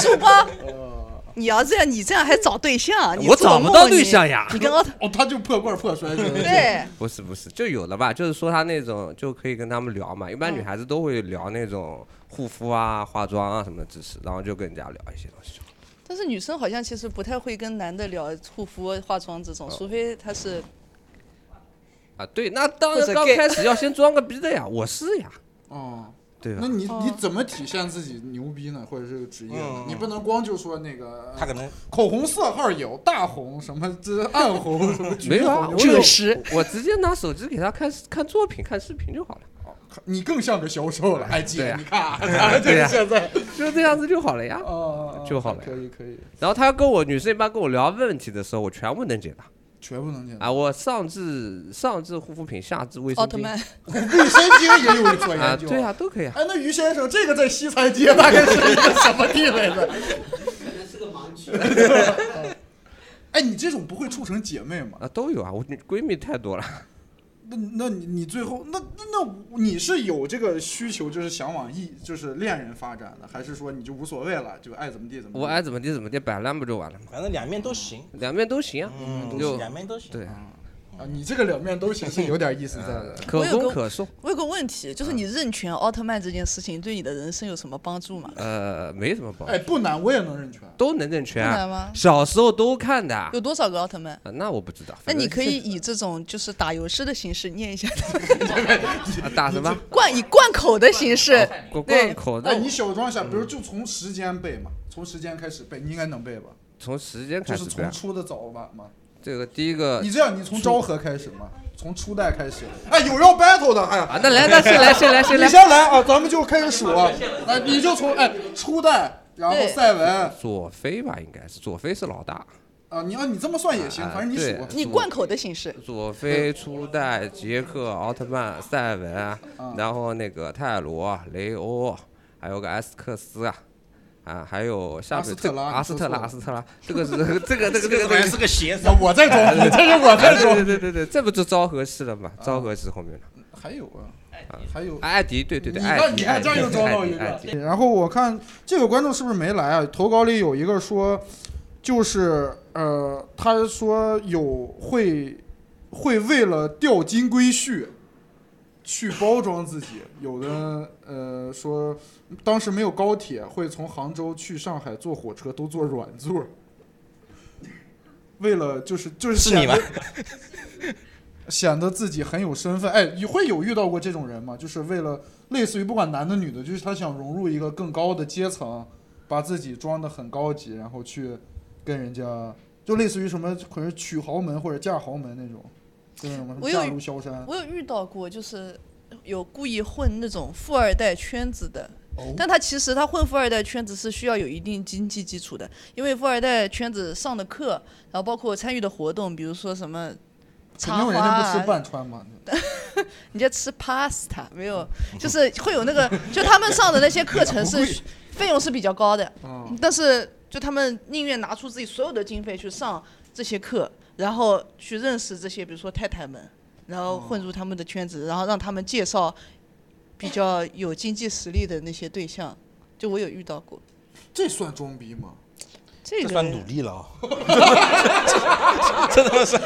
曙光。哦你要这样，你这样还找对象？你我做找不梦到你对象呀你跟奥特，哦，他就破罐 破摔，对，不是不是，就有了吧？就是说她那种就可以跟他们聊嘛，一般女嗯孩子都会聊那种护肤啊、化妆啊什么的知识，然后就跟人家聊一些东西。但是女生好像其实不太会跟男的聊护肤、化妆这哦种，除非他是啊，对，那当或然者刚 gay 开始要先装个逼的呀，我是呀，哦，啊对吧那？你你怎么体现自己牛逼呢？或者这个职业呢，嗯你不能光就说那个他可能口红色号有大红，什么这暗红，什么橘没有啊，红我有实，我直接拿手机给他看看作品、看视频就好了，哦你更像个销售了，哎对姐，呀你看啊，啊对这 呀现在就这样子就好了呀。哦就好了呀可以可以，然后他跟我女生一般跟我聊问题的时候，我全部能解答全部能见到。啊，我上至上至护肤品，下至卫奥生特巾曼， 卫生巾也有所啊，研究，对呀，都可以啊。哎，那于先生，这个在西餐街大概是一个什么地位呢？哎，你这种不会处成姐妹吗？啊，都有啊，我女闺蜜太多了。 那那你你最后那那那你是有这个需求，就是想往异就是恋人发展的，还是说你就无所谓了，就爱怎么地怎么地？我爱怎么地怎么地，摆烂不就完了吗？反正两面都行，两面都行啊，嗯，就两面都行。对，啊，你这个两面都行是有点意思在的。可我有攻个可嗯受。我有个问题，就是你认全奥特曼这件事情对你的人生有什么帮助吗？呃，没什么帮助哎，，不难，我也能认全。都能认全不难啊吗。小时候都看的啊，有多少个奥特曼？呃那我不知道。那反你正可以以这种就是打油诗的形式念一下，啊打什么？贯以贯口的形式，哦过对关口哎，的，你小装一下，比如就从时间背嘛，从时间开始背，你应该能背吧？从时间就开是始对从啊。出的早晚嘛。这个第一个你这样，你从昭和开始嘛，从初代开始。哎，有要 battle 的，哎呀，啊，那来，那谁来谁来谁你来？先来啊，咱们就开始数啊。哎，你就从哎初代，然后对赛文佐菲吧，应该是佐菲是老大，啊，你要你这么算也行，啊反正你对数。你贯口的形式。佐菲、初代、杰克、奥特曼、赛文，啊啊然后那个泰罗、雷欧，还有个埃斯克斯啊，啊，还有下阿斯面特这拉个阿斯特拉，你阿说斯特拉，这个是 这个这个这个这好像个是个鞋子那，我在装，你这是我在对装。对对对对，这不就昭和系了吗？昭和系后面的还有啊，还有。艾迪，对对对，你艾看，迪，你看，这艾样迪又装到一艾迪艾个 迪。 然后我看这个观众是不是没来啊？投稿里有一个说，就是呃，他说有会会为了钓金龟婿去包装自己，有的呃说当时没有高铁，会从杭州去上海坐火车都坐软座儿，为了就是就是是你吗？ 显得自己很有身份。哎，你会有遇到过这种人吗？就是为了类似于不管男的女的，就是他想融入一个更高的阶层，把自己装得很高级，然后去跟人家，就类似于什么可能娶豪门或者嫁豪门那种，就是什么什么我有嫁入萧山。我有遇到过，就是有故意混那种富二代圈子的。哦但他其实他混富二代圈子是需要有一定经济基础的，因为富二代圈子上的课，然后包括参与的活动，比如说什么肯茶定有花人家不啊，吃半川嘛。人家吃 pasta 没有，就是会有那 个，就他们上的那些课程哦不是贵费用是比较高的，啊、但是就他们宁愿拿出自己所有的经费去上这些课，然后去认识这些，比如说太太们，然后混入他们的圈子，然后让他们介绍比较有经济实力的那些对象。就我有遇到过这算装逼吗？ 这这个算努力了哦，这他妈算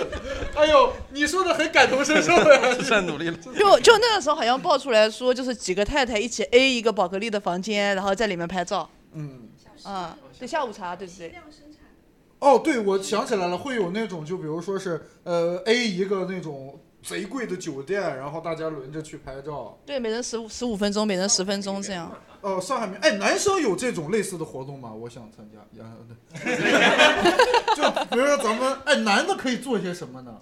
哎呦，你说的很感同身受 呀！这算努力了。 就就那个时候好像爆出来说，就是几个太太一起 A 一个宝格丽的房间，然后在里面拍照。嗯，啊、对下午茶，对不对？哦，对，我想起来了，会有那种就比如说是呃 A 一个那种贼贵的酒店，然后大家轮着去拍照。对，每人十五十五分钟，每人十分钟这样。哦，上海名哎，男生有这种类似的活动吗？我想参加。呀，对 就比如说咱们哎，男的可以做些什么呢？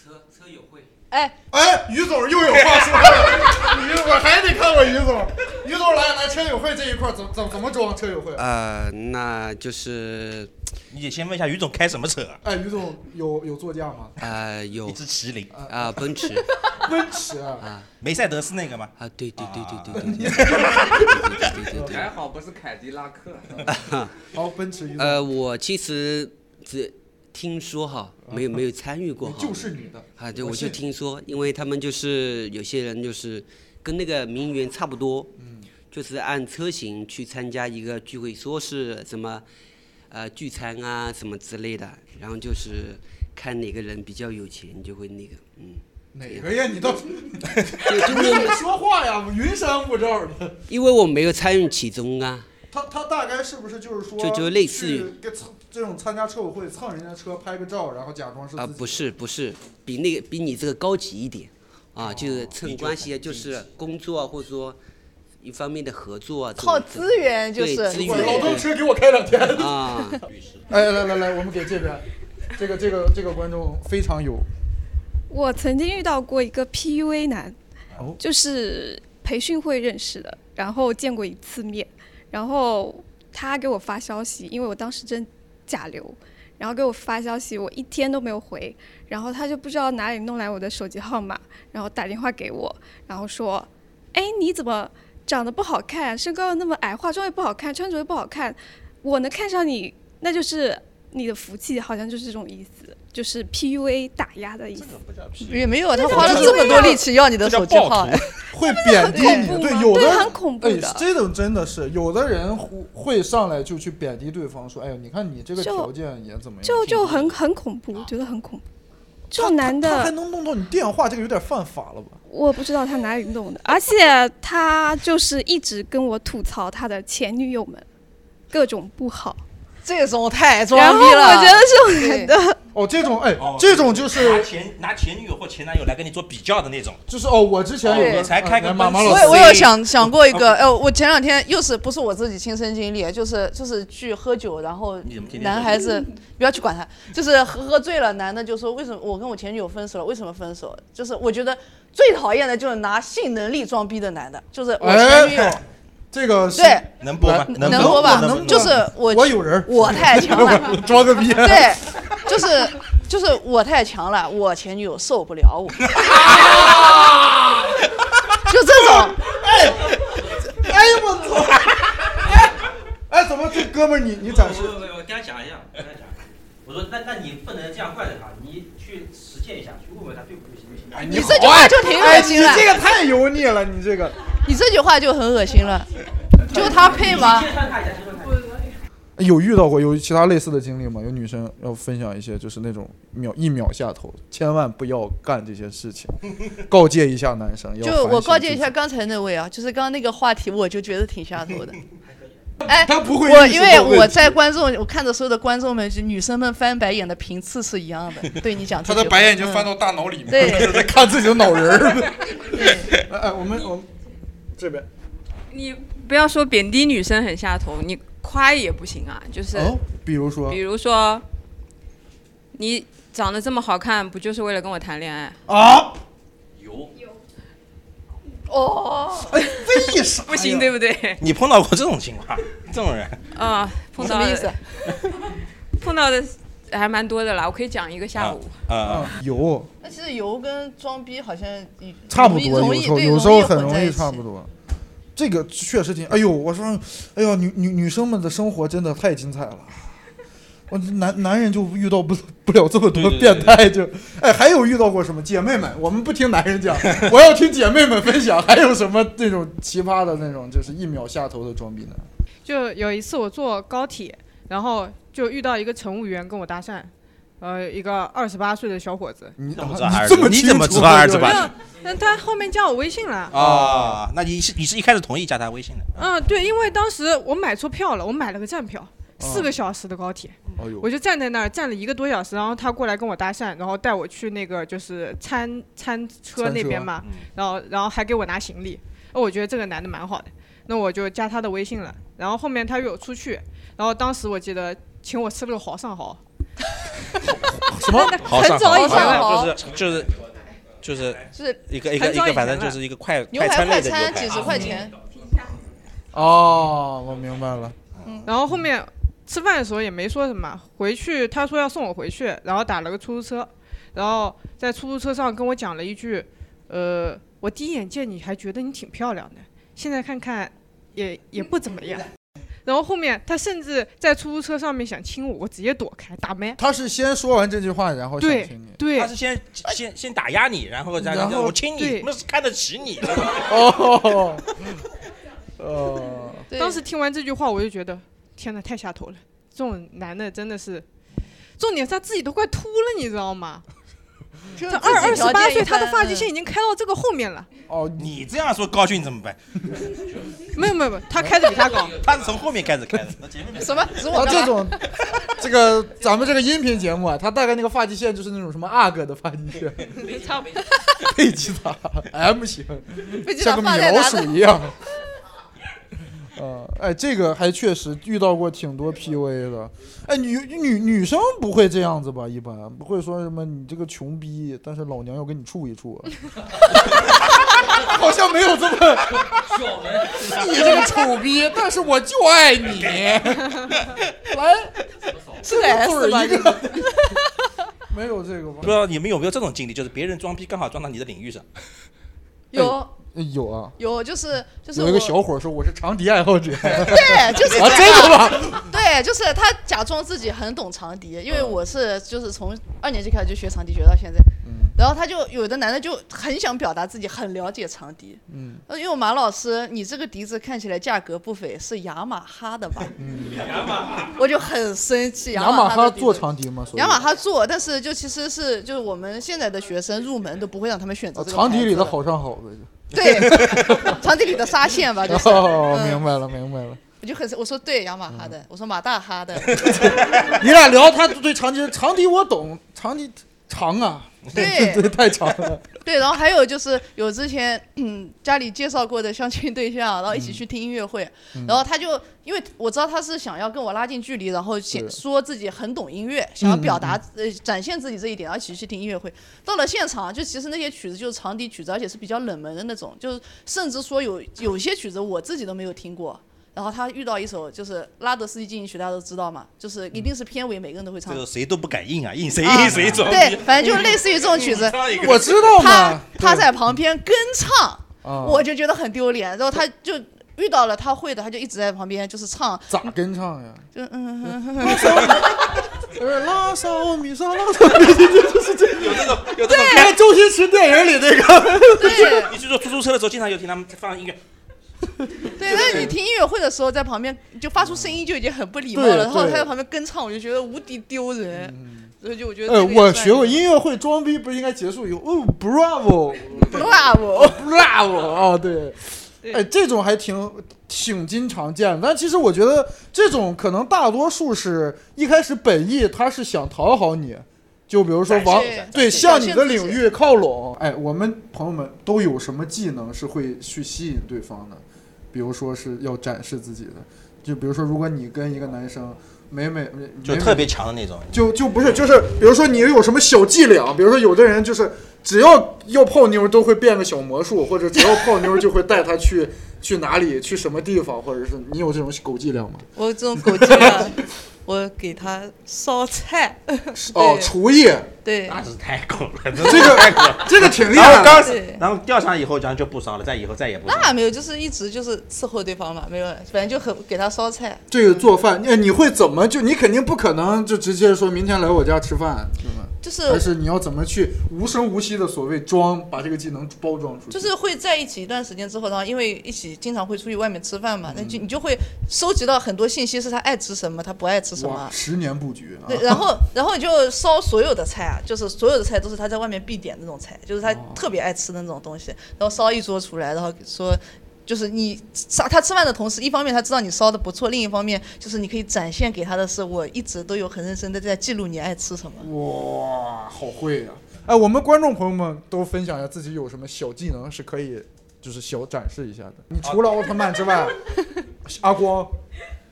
车车友会，哎哎，于总又有话说了，于我还得看我于总，于总来来车友会这一块儿怎怎怎么装车友会？呃，那就是你得先问一下于总开什么车？哎，于总有有座驾吗？呃，有一只麒麟啊，奔驰奔驰啊，梅赛德斯那个吗？啊，对对对对对对，还好不是凯迪拉克。啊哦，奔驰于总呃，我其实只听说哈，没有没有参与过哈，就是你的啊，对，我我就信听说，因为他们就是有些人就是跟那个名媛差不多，嗯，就是按车型去参加一个聚会，说是什么呃聚餐啊什么之类的，然后就是看哪个人比较有钱就会那个，嗯，哪个哎呀？你 倒就就你是得 说话呀，云山雾罩的。因为我没有参与其中啊，他他大概是不是就是说就就类似于去跟蹭这种参加车友会蹭人家车拍个照，然后假装是啊，自己不是不是，比那个比你这个高级一点，啊，就是蹭关系，就是工作啊或者说一方面的合作啊，这种靠资源就对是资哇老源邓车给我开两天。啊，哎，来来来，我们给这边 这个这个这个观众非常有我曾经遇到过一个 PUA 男，哦就是培训会认识的，然后见过一次面，然后他给我发消息，因为我当时正甲流，然后给我发消息，我一天都没有回，然后他就不知道哪里弄来我的手机号码，然后打电话给我，然后说，哎，你怎么长得不好看，身高又那么矮，化妆也不好看，穿着又不好看，我能看上你，那就是你的福气，好像就是这种意思，就是 PUA 打压的意思。也没有，他花了这么多力气要你的手机号，啊会贬低你，对有对的很恐怖哎的，这种真的是有的人会会上来就去贬低对方，说哎呦，你看你这个就条件也怎么样，就就挺很很恐怖，我觉得很恐怖。这他种男他他还的，能弄到你电话，这个有点犯法了吧？我不知道他哪里弄的，而且他就是一直跟我吐槽他的前女友们各种不好，这种太然装后逼了。我觉得这种男的，哦，这种哎哦，这种就拿是前拿前女友或前男友来跟你做比较的那种，就是哦，我之前有你个才开个哎妈妈奔老驰师我我有想想过一哦个，呃，我前两天又是不是我自己亲身经历，就是就是去喝酒，然后你怎么天天男孩子不要去管他，就是喝喝醉了，男的就说为什么我跟我前女友分手了，为什么分手？就是我觉得最讨厌的就是拿性能力装逼的男的，就是我前女友，哎，这个是对，能播吗？能播播吧能能？就是我我有人儿，我太强了，装个逼，对，就是就是我太强了，我前女友受不了 我，就这种。 哎呦我操！ 哎哎，怎么这哥们儿你你展示？不不不，我跟他讲一下，我跟他讲。我说那那你不能这样怪着他，你去实践一下，去问问他对不对行不行？哎，你这句话就挺恶心了哎你这个太油腻了，你这个。你这句话就很恶心 了，就他配吗？ 有遇到过有其他类似的经历吗？有女生要分享一些，就是那种秒一秒下头，千万不要干这些事情，告诫一下男生。要就我反省告诫自一己下，刚才那位啊，就是刚刚那个话题，我就觉得挺下 头的。哎，他不会我意识因到为问题我在观众，我看着所有的观众们，就女生们翻白眼的频次是一样的。对 你讲这句话，嗯到大脑里面对 就是在看自己的脑仁 儿。哎哎，我们我们这边你不要说贬低女生很下头，你夸也不行啊。就是、哦，比如说比如说，你长得这么好看，不就是为了跟我谈恋爱？啊，哦，哎为啥呀？ 不行，对不对？你碰到过这种情况？ 这种人啊、碰什到么的意思？ 碰到的还蛮多的啦，我可以讲一个下午。啊啊，啊，有那其实油跟装逼好像一差不容多，有易时候对有时候很混容在易一起差不多。这个确实挺，哎呦，我说，哎呦，女女女生们的生活真的太精彩了。我男男人就遇到不 不了这么多对对变态，就哎，还有遇到过什么姐妹们？我们不听男人讲，我要听姐妹们分享，还有什么那种奇葩的那种，就是一秒下头的装逼男？就有一次我坐高铁，然后就遇到一个乘务员跟我搭讪，呃，一个二十八岁的小伙子，你怎么知道啊二你十这么你清怎么楚知道二十对八吧岁但他后面加我微信了。啊？那你是你是一开始同意加他微信的？嗯，对，因为当时我买错票了，我买了个站票，四个小时的高铁，哎呦我就站在那儿站了一个多小时，然后他过来跟我搭讪，然后带我去那个就是餐餐车那边嘛，然后然后还给我拿行李，哦我觉得这个男的蛮好的，那我就加他的微信了，然后后面他约我出去，然后当时我记得请我吃了个蚝上蚝，什么？好上 很早以前好 了，就是就是就是就是一个一个很一早以个，前反正了就是一个快牛排餐快类的牛餐排啊几十块钱，哦，我明白了。然后后面吃饭的时候也没说什么，回去他说要送我回去，然后打了个出租车，然后在出租车上跟我讲了一句，呃，我第一眼见你还觉得你挺漂亮的，现在看看也也不怎么样。然后后面他甚至在出租车上面想亲我，我直接躲开，打麦。他是先说完这句话，然后想对 请你。对，他是先先先打压你，然后再然后我亲你，对那是看得起你。哦， 哦，当时听完这句话，我就觉得天哪，太下头了！这种男的真的是，重点是他自己都快秃了，你知 道吗？这自己二二十条八件岁，一他的般嗯发际线已经开到这个后面了。 哦，你这样说高兴怎么办？没有没有没有，他开的比他高。 他是从后面开始开的，那前面没 什么？指我然后干哦这嘛 种，这个咱们这个音频节目啊，它大概那个发际线就是那种什么阿哥的发 际线，差不多。贝吉塔 M 型贝，吉塔像个放在苗哪鼠呢一样。 呃，哎，这个还确实遇到过挺多 PUA 的。哎，女女女生不会这样子吧？一般不会说什么你这个穷逼，但是老娘要跟你处一 处啊。好像没有这么。 你这个丑逼，但是我就爱 你。来，是个 S 吧一个， 没有这个吧不？知道你们有没有这种经历，就是别人装逼刚好装到你的领域上。有有啊， 有就是就是有一个我小伙说我是长笛爱好者。对 对，就是啊，这真的样吗？嗯对，就是他假装自己很懂长笛，因为我是就是从二年级开始就学长笛，学到现在。啊然后他就有的男的就很想表达自己很了解长笛，嗯，呃因为马老师，你这个笛子看起来价格不菲，是雅马哈的吧？ 我就很生气。雅马嗯马哈哈的笛子做长笛吗？所以雅马哈做，但是就其实是就是我们现在的学生入门都不会让他们选择这个哦长牌笛子里的好上好呗。对， 长笛里的沙县吧，就是。 哦，嗯明白了，明白了。我就很生我说对雅马哈的，我说马大哈的，你俩聊他对长笛，长笛我懂，长笛长啊，对 对，太长了。对，然后还有就是有之前嗯家里介绍过的相亲对象，然后一起去听音乐会，嗯然后他就因为我知道他是想要跟我拉近距离，然后显是说自己很懂音乐，想要表达呃展现自己这一点，然后一起去听音乐会。到了现场，就其实那些曲子就是长笛曲子，而且是比较冷门的那种，就是甚至说有有些曲子我自己都没有听过。然后他遇到一首就是拉德斯基进行曲，大家都知道嘛，就是一定是片尾每个人都会唱这。个谁都不敢硬啊，硬谁啊硬谁装逼。，对，反正就类似于这种曲子我知道他嘛他在旁边跟唱，啊我就觉得很丢脸。然后他就遇到了他会的，他就一直在旁边就是唱，咋跟唱呀？就嗯嗯嗯拉嗯。萨呃，拉萨我米萨拉萨，就是这有这种有这种，看周星驰电影里那个。对， 你去坐出租车的时候，经常有听他们放音乐，对， 但是你听音乐会的时候，在旁边就发出声音就已经很不礼貌对了，然后对他在旁边跟唱，我就觉得无敌丢人。所以就我觉得呃，这个也我算学过音乐会装逼，不是应该结束以后，哦，bravo，哦 bravo bravo 啊，对，哎，这种还挺挺经常见的。但其实我觉得这种可能大多数是一开始本意他是想讨好你，就比如说往展现展对现向你的自己领域靠拢。哎，我们朋友们都有什么技能是会去吸引对方的？比如说是要展示自己的，就比如说如果你跟一个男生。每每就每特别强的那种。就就不是，就是比如说你有什么小伎俩，比如说有的人就是只要要泡妞都会变个小魔术，或者只要泡�妞就会带她去去哪里去什么地方，或者是你有这种狗伎俩吗？我这种狗急啊了，我给他烧 菜。哦，对厨艺，对，太狗了，这这个太狗了，这个挺厉害的然后刚对然后钓上以后，然后就不烧了，再以后再也不烧。那没有，就是一直就是伺候对方嘛，没有，反正就很给他烧菜。这个做饭，哎，你会怎么就你肯定不可能就直接说明天来我家吃饭，对吗？就是还是你要怎么去无声无息的所谓装，把这个技能包装出去，就是会在一起一段时间之后，然后因为一起经常会出去外面吃饭嘛，那就嗯你就会收集到很多信息，是他爱吃什么，他不爱吃什哇么。十年布局啊！对，然后然后你就烧所有的菜啊，就是所有的菜都是他在外面必点的那种菜，就是哦他特别爱吃的那种东西，然后烧一桌出来，然后说。就是你烧他吃饭的同时，一方面他知道你烧的不错，另一方面就是你可以展现给他的是，我一直都有很认真的在记录你爱吃什么。哇，好会呀、啊哎，我们观众朋友们都分享一下自己有什么小技能是可以，就是小展示一下的。你除了奥特曼之啊外，阿光，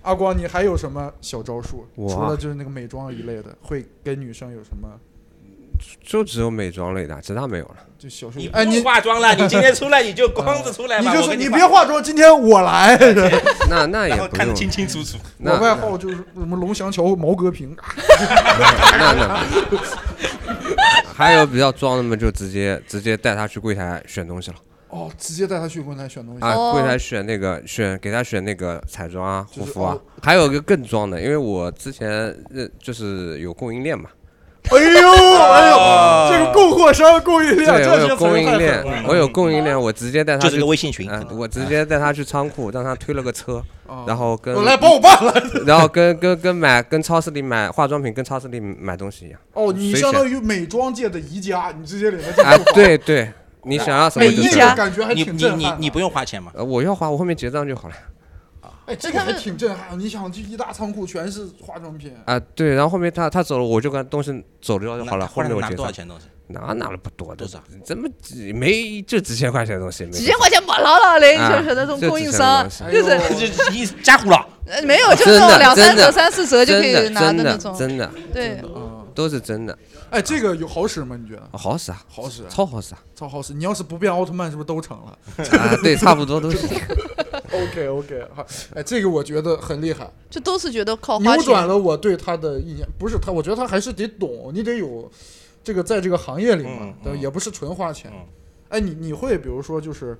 阿光，你还有什么小招数？我啊除了就是那个美妆一类的，会跟女生有什么？就只有美妆类的，其他没有了。就小你哎，不你用化妆了，你今天出来你就光着出来你吧。就我说跟你别化妆，今天我来。那那也然后不看得用清清楚楚。我外号就是什么龙翔桥毛戈平。 那那还有比较装的嘛，就直接直接带他去柜台选东西了。 哦，直接带他去柜台选东西啊，哦柜台选那个选给他选那个彩妆啊、护肤啊哦，还有一个更装的，因为我之前呃就是有供应链嘛， 哎呦哎啊呦，这个供货商供应啊对链，这我是有供应链，我有供应。应链，我直接带他嗯就是个微信群，嗯我直接带他去仓库，让他推了个车哦，然后跟我来帮我办了 然后跟跟跟买跟超市里买化妆品，跟超市里买东西一样。哦，你随相当选于美妆界的宜家，你直接领了这个啊货，对对，你想要什么美就宜是家哎感觉还挺震撼的你不用花钱吗？呃，我要花，我后面结账就好了。哎，这个还挺震撼。你想，这一大仓库全是化妆品，啊，对，然后后面他他走了，我就跟他东西走了就好了。那后面后我来拿结多少账钱东西？拿拿了不多的，怎么几没就几千块钱的东西？没几千块钱马老老嘞，啊就是那种这供几应千商东，西就是哎 就一加胡了。呃没有，就是啊真那的种两三真的折、三四折就可以真的拿的那真种。真的对，啊都是真的，哎，这个有好使吗？你觉得？啊好使啊，好使，超好使啊！超好使！你要是不变奥特曼，是不是都成了？啊对差不多 都是 OK OK，好，哎，这个我觉得很厉害，就都是觉得靠哦花扭转钱。了我对他的意见。不是他，我觉得他还是得懂，你得有这个在这个行业里嘛，对吧也不是纯花钱。哎，你你会比如说就是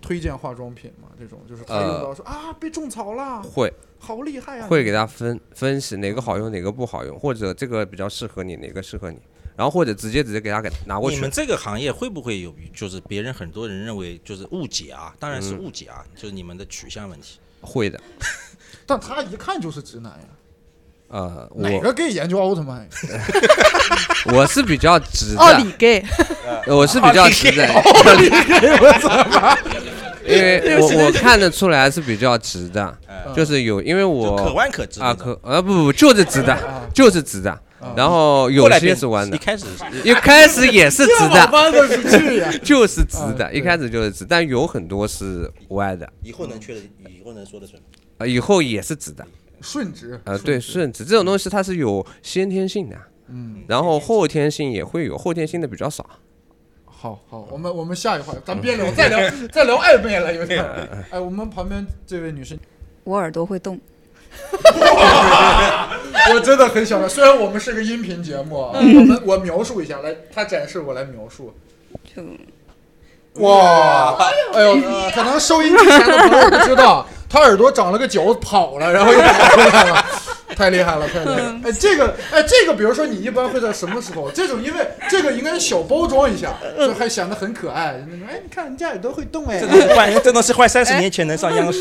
推荐化妆品吗？这种就是他用到呃说啊被种草了，会好厉害啊！会给他分分析哪个好用，哪个不好用，或者这个比较适合你，哪个适合你，然后或者直接直接给他给拿啊过去。你们这个行业会不会有，就是别人很多人认为就是误解啊？当然是嗯误解啊，就是你们的取向问题。会的，但他一看就是直男呀，呃，哪个我 gay 研究奥特曼呀？ 我是比较直奥里的，呃 gay，我是比较直的，奥里 gay，我 操！因为我我看得出来是比较直的，就是有，因为我嗯可弯可直啊，可啊不不不就是直的，就是直的。嗯然后有后来些变是弯的，一开始是一开始也是直 这往弯的的，是去呀 就是直啊的，一开始就是直，但有很多是歪的，以后能确认，以后能说得准。啊以后也是直的，顺直啊对顺直这种东西它是有先天性的，嗯，然后后天性也会有，后天性的比较少。好嗯好，我们我们下一话，咱别聊，再聊再聊暧昧了，有点嗯嗯。哎，我们旁边这位女士，我耳朵会动。 我真的很想聊。虽然我们是个音频节目啊，嗯我们我描述一下，来，她展示，我来描述。就哇，哎呦，可能收音机前的朋友不 知道，她耳朵长了个角，跑了，然后又跑回来了。太厉害了，太厉害嗯了！哎，这个，哎，这个，比如说你一般会在什么时候？这种，因为这个应该小包装一下，嗯就还显得很可爱。哎，你看人家耳朵会动哎，哎这东西换，这东西换三十年前能上央视。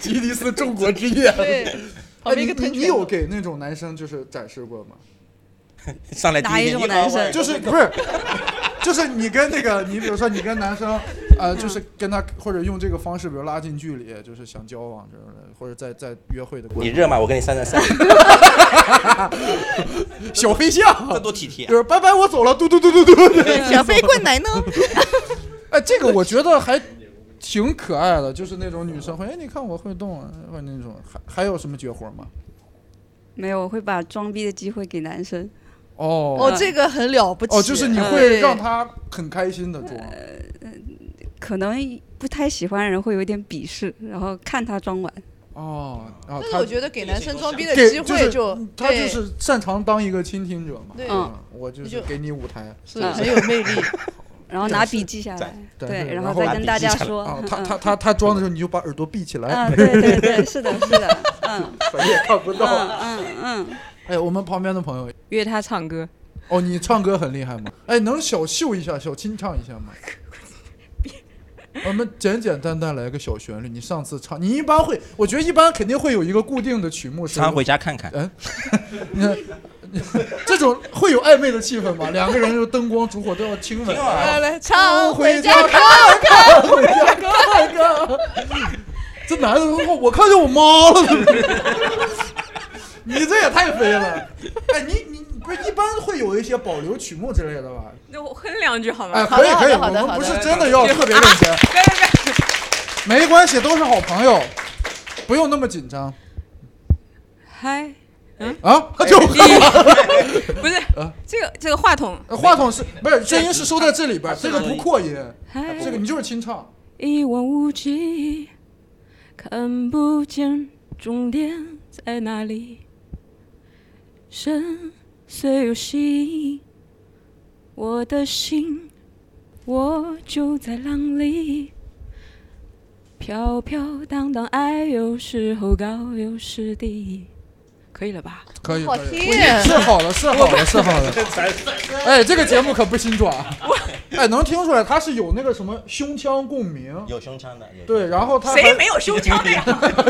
吉尼斯中国之夜。对哎，你你你有给那种男生就是展示过吗？ 上来第一啊眼就是不是，就是你跟那个，你比如说你跟男生，呃，就是跟他或者用这个方式，比如拉近距离，就是想交往这种的，或者在在约会的过程。你热吗？我给你扇扇扇。 小飞象，这多体贴啊就。是拜拜，我走了，嘟嘟嘟嘟嘟。 小飞棍来呢？ 哎，这个我觉得还挺可爱的，就是那种女生会，哎，你看我会动啊，或者那种。还还有什么绝活吗？没有，我会把装逼的机会给男生。哦哦，这个很了不起。哦，就是你会对让他很开心的装。可能不太喜欢的人会有点鄙视，然后看他装完。哦，然后但是他我觉得给男生装逼的给机会就是就他就对是擅长当一个倾听者嘛。对嗯，我就是就给你舞台，是很有魅力。 然后拿笔记下来，展对示然后后再跟大家说啊嗯他嗯他他他装的时候，你就把耳朵闭起来。，嗯，对对对，是的，是的，嗯 反正也看不到嗯嗯嗯，哎，我们旁边的朋友，约他唱歌，哦，你唱歌很厉害吗？哎，能小秀一下，小清唱一下吗？我们简简单单来个小旋律。你上次唱，你一般会，我觉得一般肯定会有一个固定的曲目是。常回家看看。嗯，你看，这种会有暧昧的气氛吗？两个人就灯光烛火都要 亲吻。来来来，嗯 唱回家看看，回家看看。 这男的说：“我看见我妈了。” 你这也太飞了！哎，你你你不是一般会有一些保留曲目之类的吧？那我哼两句好吗？哎，可以可以，我们不是真的要特 别认真。没关系，都是好朋友，不用那么紧张。嗨，嗯啊，就不是这个这个话筒，话筒是不是声音是收在这 里边儿？这个不扩音，哎这个你就是清唱。一望无际，看不见终点在哪里。深邃又吸引我的心，我就在浪里。飘飘荡荡，爱有时候高，有时低，可以了吧？可以，好可以听啊是好了，是好我了，是好 了。哎，这个节目可不新 抓，哎，能听出来他是有那个什么胸腔共鸣，有胸腔的，有对，然后他谁没有胸腔的 呀？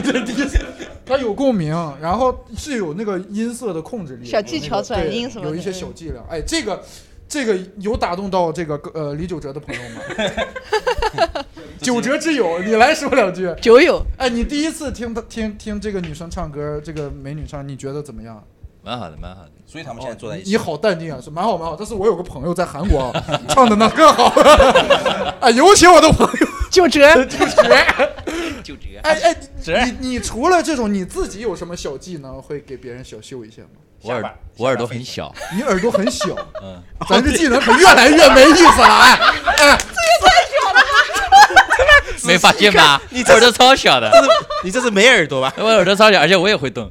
这第一次他有共鸣，然后是有那个音色的控制力，小技巧有那个转音什么的对有一些小伎俩。哎，这个这个有打动到这个呃李九哲的朋友吗？ 九哲之友，你来说两句。九友，哎，你第一次听他听听这个女生唱歌，这个美女唱，你觉得怎么样？ 蛮好的，蛮好的。所以他们现在坐在一起。你好淡定啊，是蛮好蛮好。但是我有个朋友在韩国啊唱的那更好， 啊，有请我的 朋友九 哲，九哲，九哲。哎哎，你你你除了这种，你自己有什么小技能会给别人小秀一下吗？我耳我耳朵很小，你耳朵 很小，嗯，咱这技能可越来越没意思了，哎哎， 没发现吧？你这 耳朵超小的，你这是没耳朵吧？ 我耳朵超小，而且我也会动。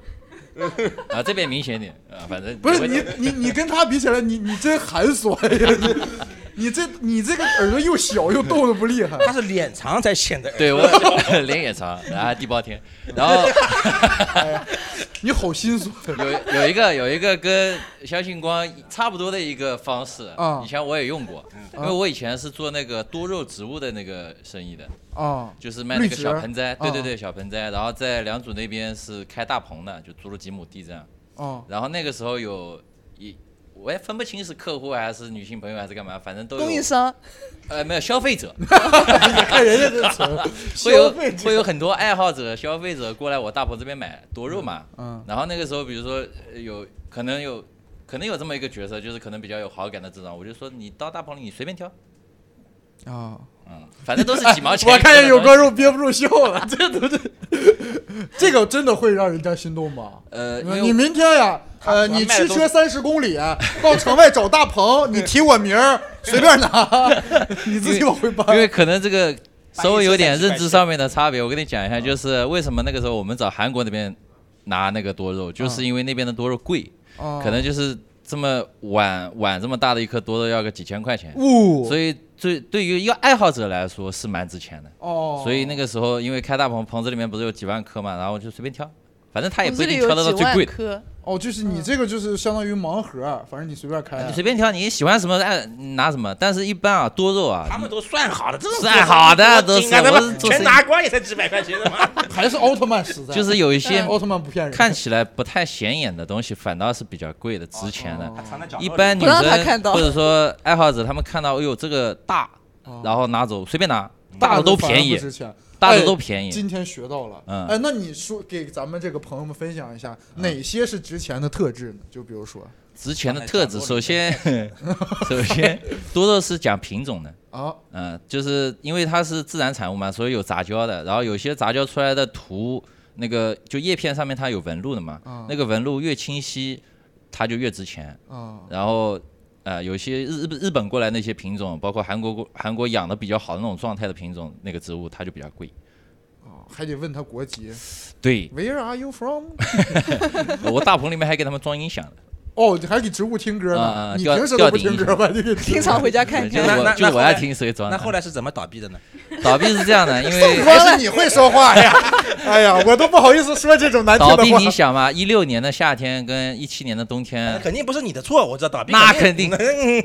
啊，这边明显点啊，反正不是我你你你跟他比起来，你你真寒酸呀， 你这你这个耳朵又小又动的不厉害，他是脸长才显得耳朵。对我 脸也长，然后地包天，然后 你好心酸。有有一个有一个跟肖信光差不多的一个方式啊，以前我也用过，因嗯为我以前是做那个多肉植物的那个生意的，啊就是卖那绿个植小盆栽，对对对，啊小盆栽，然后在良渚那边是开大棚的，就租了几亩地这样，哦然后那个时候有一。我也分不清是客户还是女性朋友还是干嘛，反正都有供应商，呃，没有消费 者，看人家这词儿 会有消费者会有很多爱好者、消费者过来我大棚这边买多肉嘛。嗯然后那个时候，比如说呃有可能有可能有这么一个角色，就是可能比较有好感的这种，我就说你到大棚里你随便挑，啊，嗯，反正都是几毛钱。哎 我看见有观众憋不住笑了，这都是，这个真的会让人家心动吗？呃，因为你明天呀，呃，他你卖的驱都车三十公里到城外找大鹏，你提我名儿，随便拿，你自己往回搬。因为可能这个稍微有点认知上面的差别，我跟你讲一下，就是为什么那个时候我们找韩国那边拿那个多肉，就是因为那边的多肉贵，哦可能就是这么碗碗这么大的一颗多肉要个几千块钱，哦所以对对于一个爱好者来说是蛮值钱的。哦所以那个时候因为开大棚，棚子里面不是有几万颗嘛，然后我就随便挑，反 正他也棚不子一定里有挑得到几最万贵的。颗，哦，就是你这个就是相当于盲盒，反正你随便开。你随便挑，你喜欢什么哎拿什么，但是一般啊多肉啊，他们都算好的，这种算好的多精啊都是他我是们做全生意拿光也才几百块钱的嘛。 还是奥特曼实在，就是有一些奥特曼不骗人。看起来不太显眼的东西，反倒是比较贵的、值钱哦的。一般女不让他生看到或者说爱好者，他们看到，哎呦这个大，然后拿走，随便拿，哦大的都便反而宜不值钱，大的哎都便宜。今天学到了，嗯哎，那你说给咱们这个朋友们分享一下哪些是值钱的啊特质呢？就比如说值钱的特质，首先， 首先多肉是讲品种的，啊，嗯，就是因为它是自然产物嘛，所以有杂交的，然后有些杂交出来的图，那个就叶片上面它有纹路的嘛，嗯那个纹路越清晰，它就越值钱。嗯啊然后呃，有些日日日本过来那些品种，包括韩国过韩国养的比较好的那种状态的品种，那个植物它就比较贵。还得问他国籍。对， Where are you from？ 我大棚里面还给他们装音响呢。 哦，你还给植物听歌啊呢？啊你吊平时都不吊听顶歌吧？你给植物经常回家看就看。我那就那我后要来听谁装那的。后来是怎么倒闭的呢？倒闭是这样的，因为还 是你会说话呀？哎呀，我都不好意思说这种难听倒的话。闭 你想嘛，一六年的夏天跟一七年的冬天，哎肯定不是你的错，我知道倒闭。那 肯定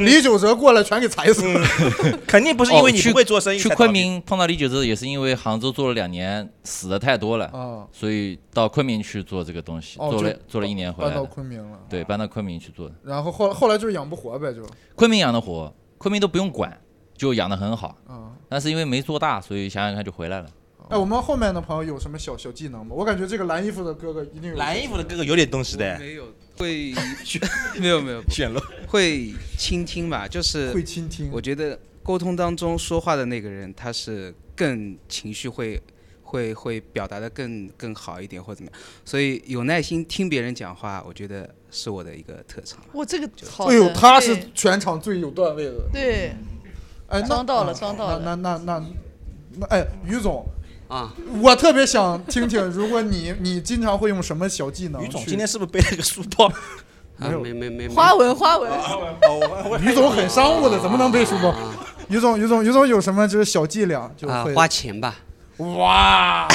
李九哲过来全给踩死了。嗯肯定不是因为你不会做生意哦去才去倒闭昆明碰到李九哲，也是因为杭州做了两年，死的太多了，哦所以到昆明去做这个东西，哦做了就做了一年回来的，搬到昆明了对，搬到昆明去做的。然后后后来就是养不活呗，就昆明养的活，昆明都不用管，就养的很好。啊。但是因为没做大，所以想想看就回来了。哎，我们后面的朋友有什么小小技能吗？我感觉这个蓝衣服的哥哥一定有。蓝衣服的哥哥有点东西的。没有会 没有没有选了， 会倾听吧，就是会倾听。我觉得沟通当中说话的那个人，他是更情绪会会会表达的更更好一点或者怎么样。所以有耐心听别人讲话，我觉得是我的一个特长。我这个好哎呦，的他是全场最有段位的。对，哎，那装到了啊装到了那那那那，那哎，于总啊，我特别想听听，如果你你经常会用什么小技能？于总今天是不是背了个书包？啊，没没没，花纹花纹， 于总很商务的，怎么能背书 包？于总，于总，于总有什么就是小伎俩就啊会花钱吧。 哇，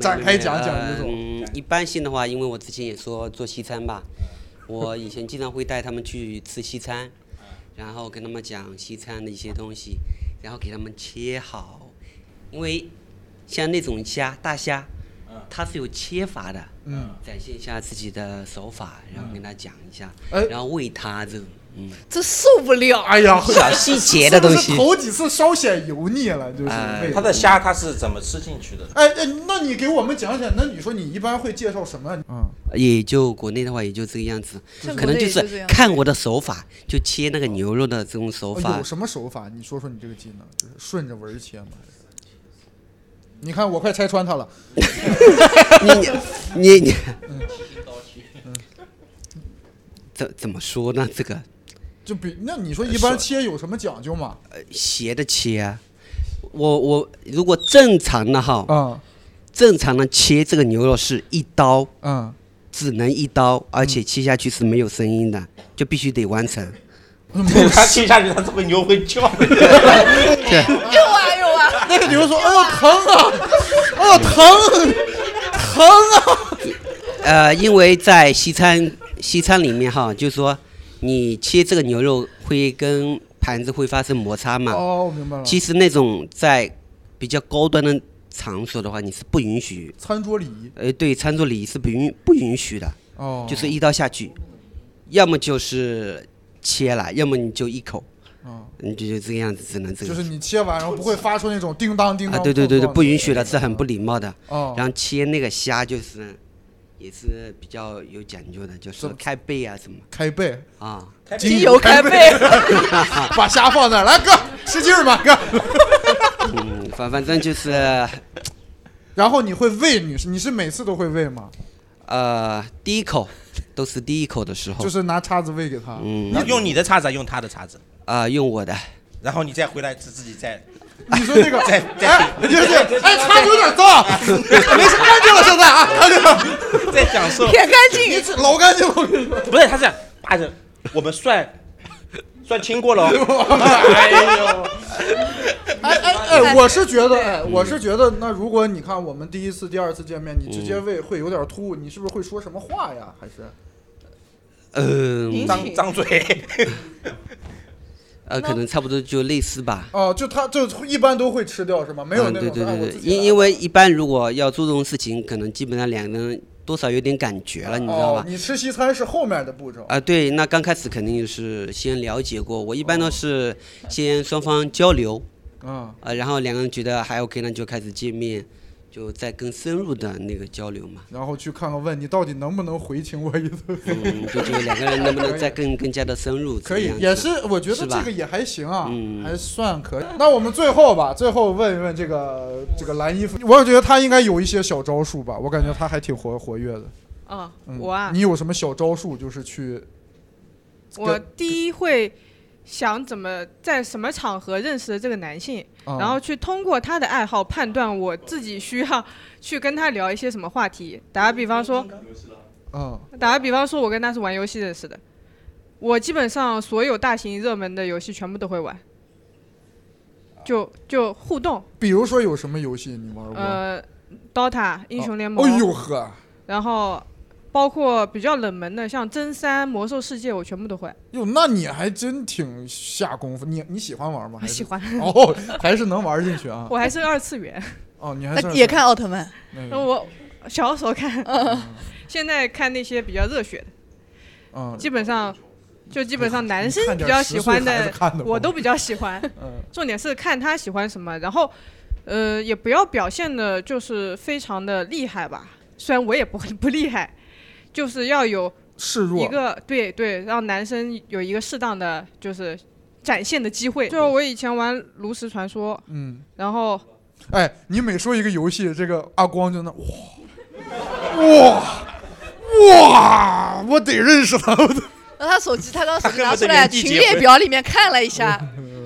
展开讲讲呃于总。嗯，一般性的话，因为我之前也说做西餐吧，我以前经常会带他们去吃西餐，然后跟他们讲西餐的一些东西，然后给他们切好，因为像那种虾大虾，它是有切法的，嗯，展现一下自己的手法，然后跟他讲一下，哎然后喂它这种，嗯，这受不了。哎呀，小细节的东西 是不是头几次稍显油腻了，就是哎味道他的虾他是怎么吃进去的？哎哎，那你给我们讲讲，那你说你一般会介绍什么？嗯，也就国内的话也就这个样子像，可能就国内也就这是样看我的手法，就切那个牛肉的这种手法哦有，什么手法？你说说你这个技能，就是顺着纹儿切吗？还是你看我快拆穿他了。 你你你嗯嗯怎怎么说呢？这个就比那你说一般切有什么讲 究吗？呃斜的切啊，我我如果正常的哈，嗯，正常的切这个牛肉是一刀，嗯，只能一刀，而且切下去是没有声音的，就必须得完成。他切下去，他这个牛会 叫。 对，又啊又啊，那个牛说：“哎呦疼啊，哎呦疼，疼啊呃，因为在西餐西餐里面哈，就是说你切这个牛肉会跟盘子会发生摩擦嘛。哦我明白了嗯其实那种在比较高端的场所的话，你是不允许！”。餐桌礼仪，呃，对，餐桌礼仪是不允不允许的。哦就是一刀下去，要么就是切了，要么你就一口。哦你就就这个样子，只能这个。就是你切完然后不会发出那种叮当叮啊，当。对对对对，不允许的，是很不礼貌的。哦然后切那个虾就是，也是比较有讲究的，就是开背啊什么。开背啊，精油 开背，把虾放那儿，来哥使劲儿吧哥。嗯，反反正就是，然后你会喂女士，你是每次都会喂吗？呃，第一口都是第一口的时候，就是拿叉子喂给她。嗯，用你的叉子，还是用他的叉子，啊，用我的，然后你再回来自自己再。你说这个， 再哎，再就是哎，叉子有点脏，没事，干净了现在啊，干净 了。再享受。舔干净你这老干净了我跟你说 不是，他这样扒着，我们算 算清过了哦。哎呦，哎哎哎，我是觉得，哎，我是觉得，那如果你看我们第一次、第二次见面，你直接喂会有点突兀，你是不是会说什么话呀？还是嗯，张张嘴， 呃，可能差不多就类似吧。哦，就他就一般都会吃掉是吗？没有嗯那对种对说哎我对自对，己因因为一般如果要做这种事情，可能基本上两个人多少有点感觉了，你知道哦吧，？你吃西餐是后面的步骤。啊，对，那刚开始肯定是先了解过，我一般都是先双方交流，嗯，啊，然后两个人觉得还 OK，那就开始见面，就再更深入的那个交流 嘛。然后去看看问你到底能不能回请我一 顿饭。嗯，就这个两个人能不能再更更加的深入？可以这，也样子是，我觉得是吧这个也还行啊，嗯还算可以。那我们最后吧，最后问一问这个这个蓝衣服，我觉得他应该有一些小招数吧，我感觉他还挺活活跃的。哦嗯嗯，我啊，你有什么小招数？就是去我第一会想怎么在什么场合认识的这个男性，嗯然后去通过他的爱好判断我自己需要去跟他聊一些什么话题。打个比方说，嗯，打个比方说，我跟他是玩游戏认识的，我基本上所有大型热门的游戏全部都会玩，就就互动，比如说有什么游戏你玩过？呃，DOTA 英雄联盟，哎呦呵，然后包括比较冷门的像真三、魔兽世界，我全部都会。哟，那你还真挺下功夫。你你喜欢玩吗？还是喜欢哦，还是能玩进去啊。 我还是个二次元，哦，你还是呃也看奥特曼。那嗯 个我小时候看，现在看那些比较热血的，嗯，基本上就基本上男生看比点较10喜欢岁孩的子看的，吧嗯我都比较喜欢。重点是看他喜欢什么，然后呃也不要表现的就是非常的厉害吧，虽然我也不不厉害，就是要有示弱一个对对，让男生有一个适当的就是展现的机会。就是我以前玩炉石传说，嗯，然后哎，你每说一个游戏，这个阿光就那哇哇哇，我得认识他。我得然后他手机，他刚手机拿出来，群列表里面看了一下，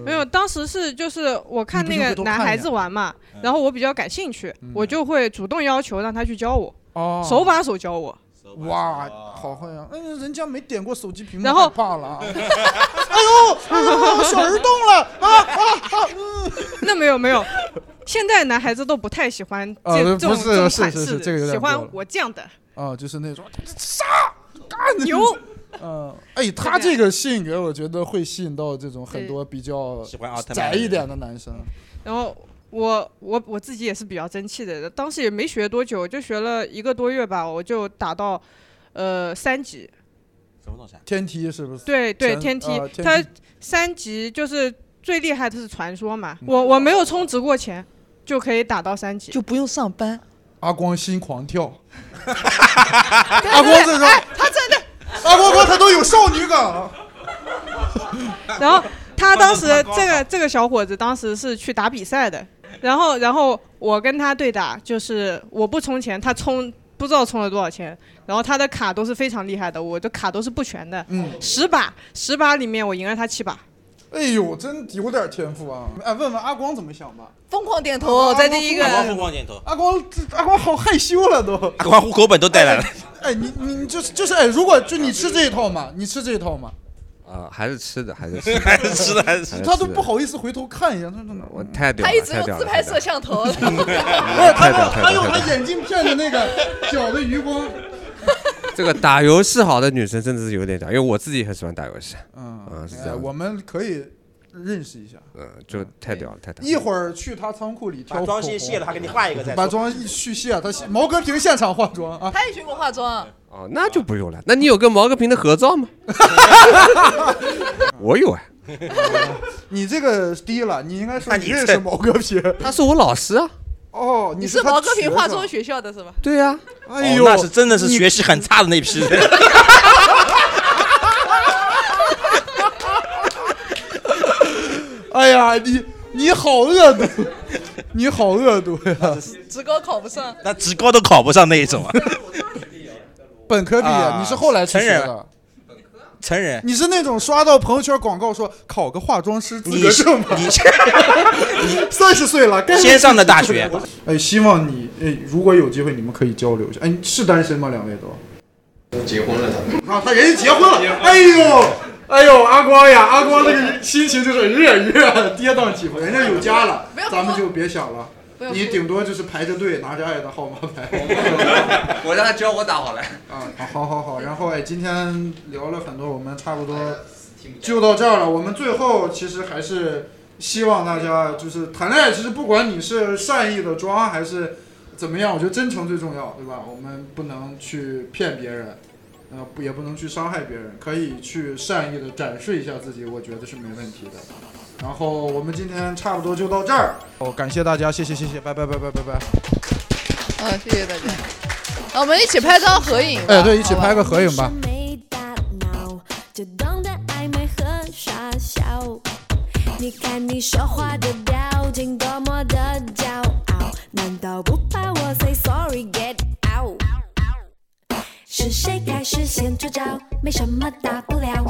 没有，当时是就是我看那个男孩子玩嘛，嗯然后我比较感兴趣，我就会主动要求让他去教我，哦手把手教我。哇，好汉呀！哎，人家没点过手机屏幕，然后 怕了啊。哎呦，哎呦，小人动了啊啊啊！嗯，那没有没有，现在男孩子都不太喜欢这、啊这种不是这种是款是式是的这个有点喜过了欢我这样的。啊，就是那种杀啊干牛，嗯，哎，他这个性格，我觉得会吸引到这种很多比较喜欢奥特曼宅一点的男生。然后我我我自己也是比较争气的人，当时也没学多久，就学了一个多月吧，我就打到呃三级。什么东西啊？天梯是不是？对对，天前梯啊，它天梯三级就是最厉害的是传说嘛，嗯我我没有充值过钱，就可以打到三级，就不用上班。阿光心狂跳，阿光在说，哎他真的，阿光光他都有少女感啊了。 然后他当时这个这个小伙子当时是去打比赛的，然后然后我跟他对打，就是我不充钱，他充不知道充了多少钱，然后他的卡都是非常厉害的，我的卡都是不全的，嗯十把十把里面我赢了他七把，哎呦，真有点天赋啊！哎，问问阿光怎么想吧。疯狂点阿哦头，光在第一个阿光疯狂点头，阿光，这阿光好害羞了都。阿光户口本都带来了。哎，你你你就是就是哎，如果就你吃这一套嘛，你吃这一套嘛，啊，还是吃的，还是吃 的，还是吃的，还是吃的。他都不好意思回头看一下，他真的。我太屌了，他一直太屌用自了拍摄像头。不是他太屌太屌用他用太他屌眼睛骗的那哦个脚的余光。这个打游戏好的女生真的是有点屌，因为我自己很喜欢打游戏。嗯啊， 是这哎，样子。我们可以认识一下。嗯，就太屌了，太屌了。一会儿去他仓库里挑把妆口卸红卸了还给你画一个再说把妆一去卸，他卸毛戈平现场化妆啊。他也学过化妆，哦，那就不用了。那你有跟毛戈平的合照 吗？我有啊，你这个低了，你应该说那你你认这识毛戈平， 他是我老师啊。哦，你是是他毛戈学平生化妆学校的是吧？对呀、哎哦呦，那是真的是学习很差的那批人。哎呀，你你好恶毒， 你 好恶毒呀！职高考不上，那职高都考不上那一种啊。 本科毕业，啊你是后来去成学人的，成人，你是那种刷到朋友圈广告说考个化妆师资格你是 证吗？你三十岁了，该先上的大学。 哎，希望你哎，如果有机会，你们可以交流一下。哎，你是单身吗？两位都？结婚了他啊，他人家结婚了。哎呦，哎呦，阿光呀，阿光那个心情就是热热跌宕起伏。人家有家了，咱们就别想了。你顶多就是排着队拿着爱的号码 牌。 我让他教我打好了。啊，好好好，然后哎，今天聊了很多，我们差不多就到这儿了。我们最后其实还是希望大家就是谈恋爱，其实不管你是善意的装还是怎么样，我觉得真诚最重要，对吧？我们不能去骗别人，呃，不也不能去伤害别人，可以去善意的展示一下自己，我觉得是没问题的。然后我们今天差不多就到这儿，哦，感谢大家，谢谢谢谢，拜拜拜拜拜拜。嗯，谢谢大家。啊，我们一起拍张合影吧。哎，对，一起拍个合影吧。没大脑，就懂得暧昧和傻笑。你看你说话的表情多么的骄傲，难道不怕我 say sorry get out？是谁开始先出招？没什么大不了，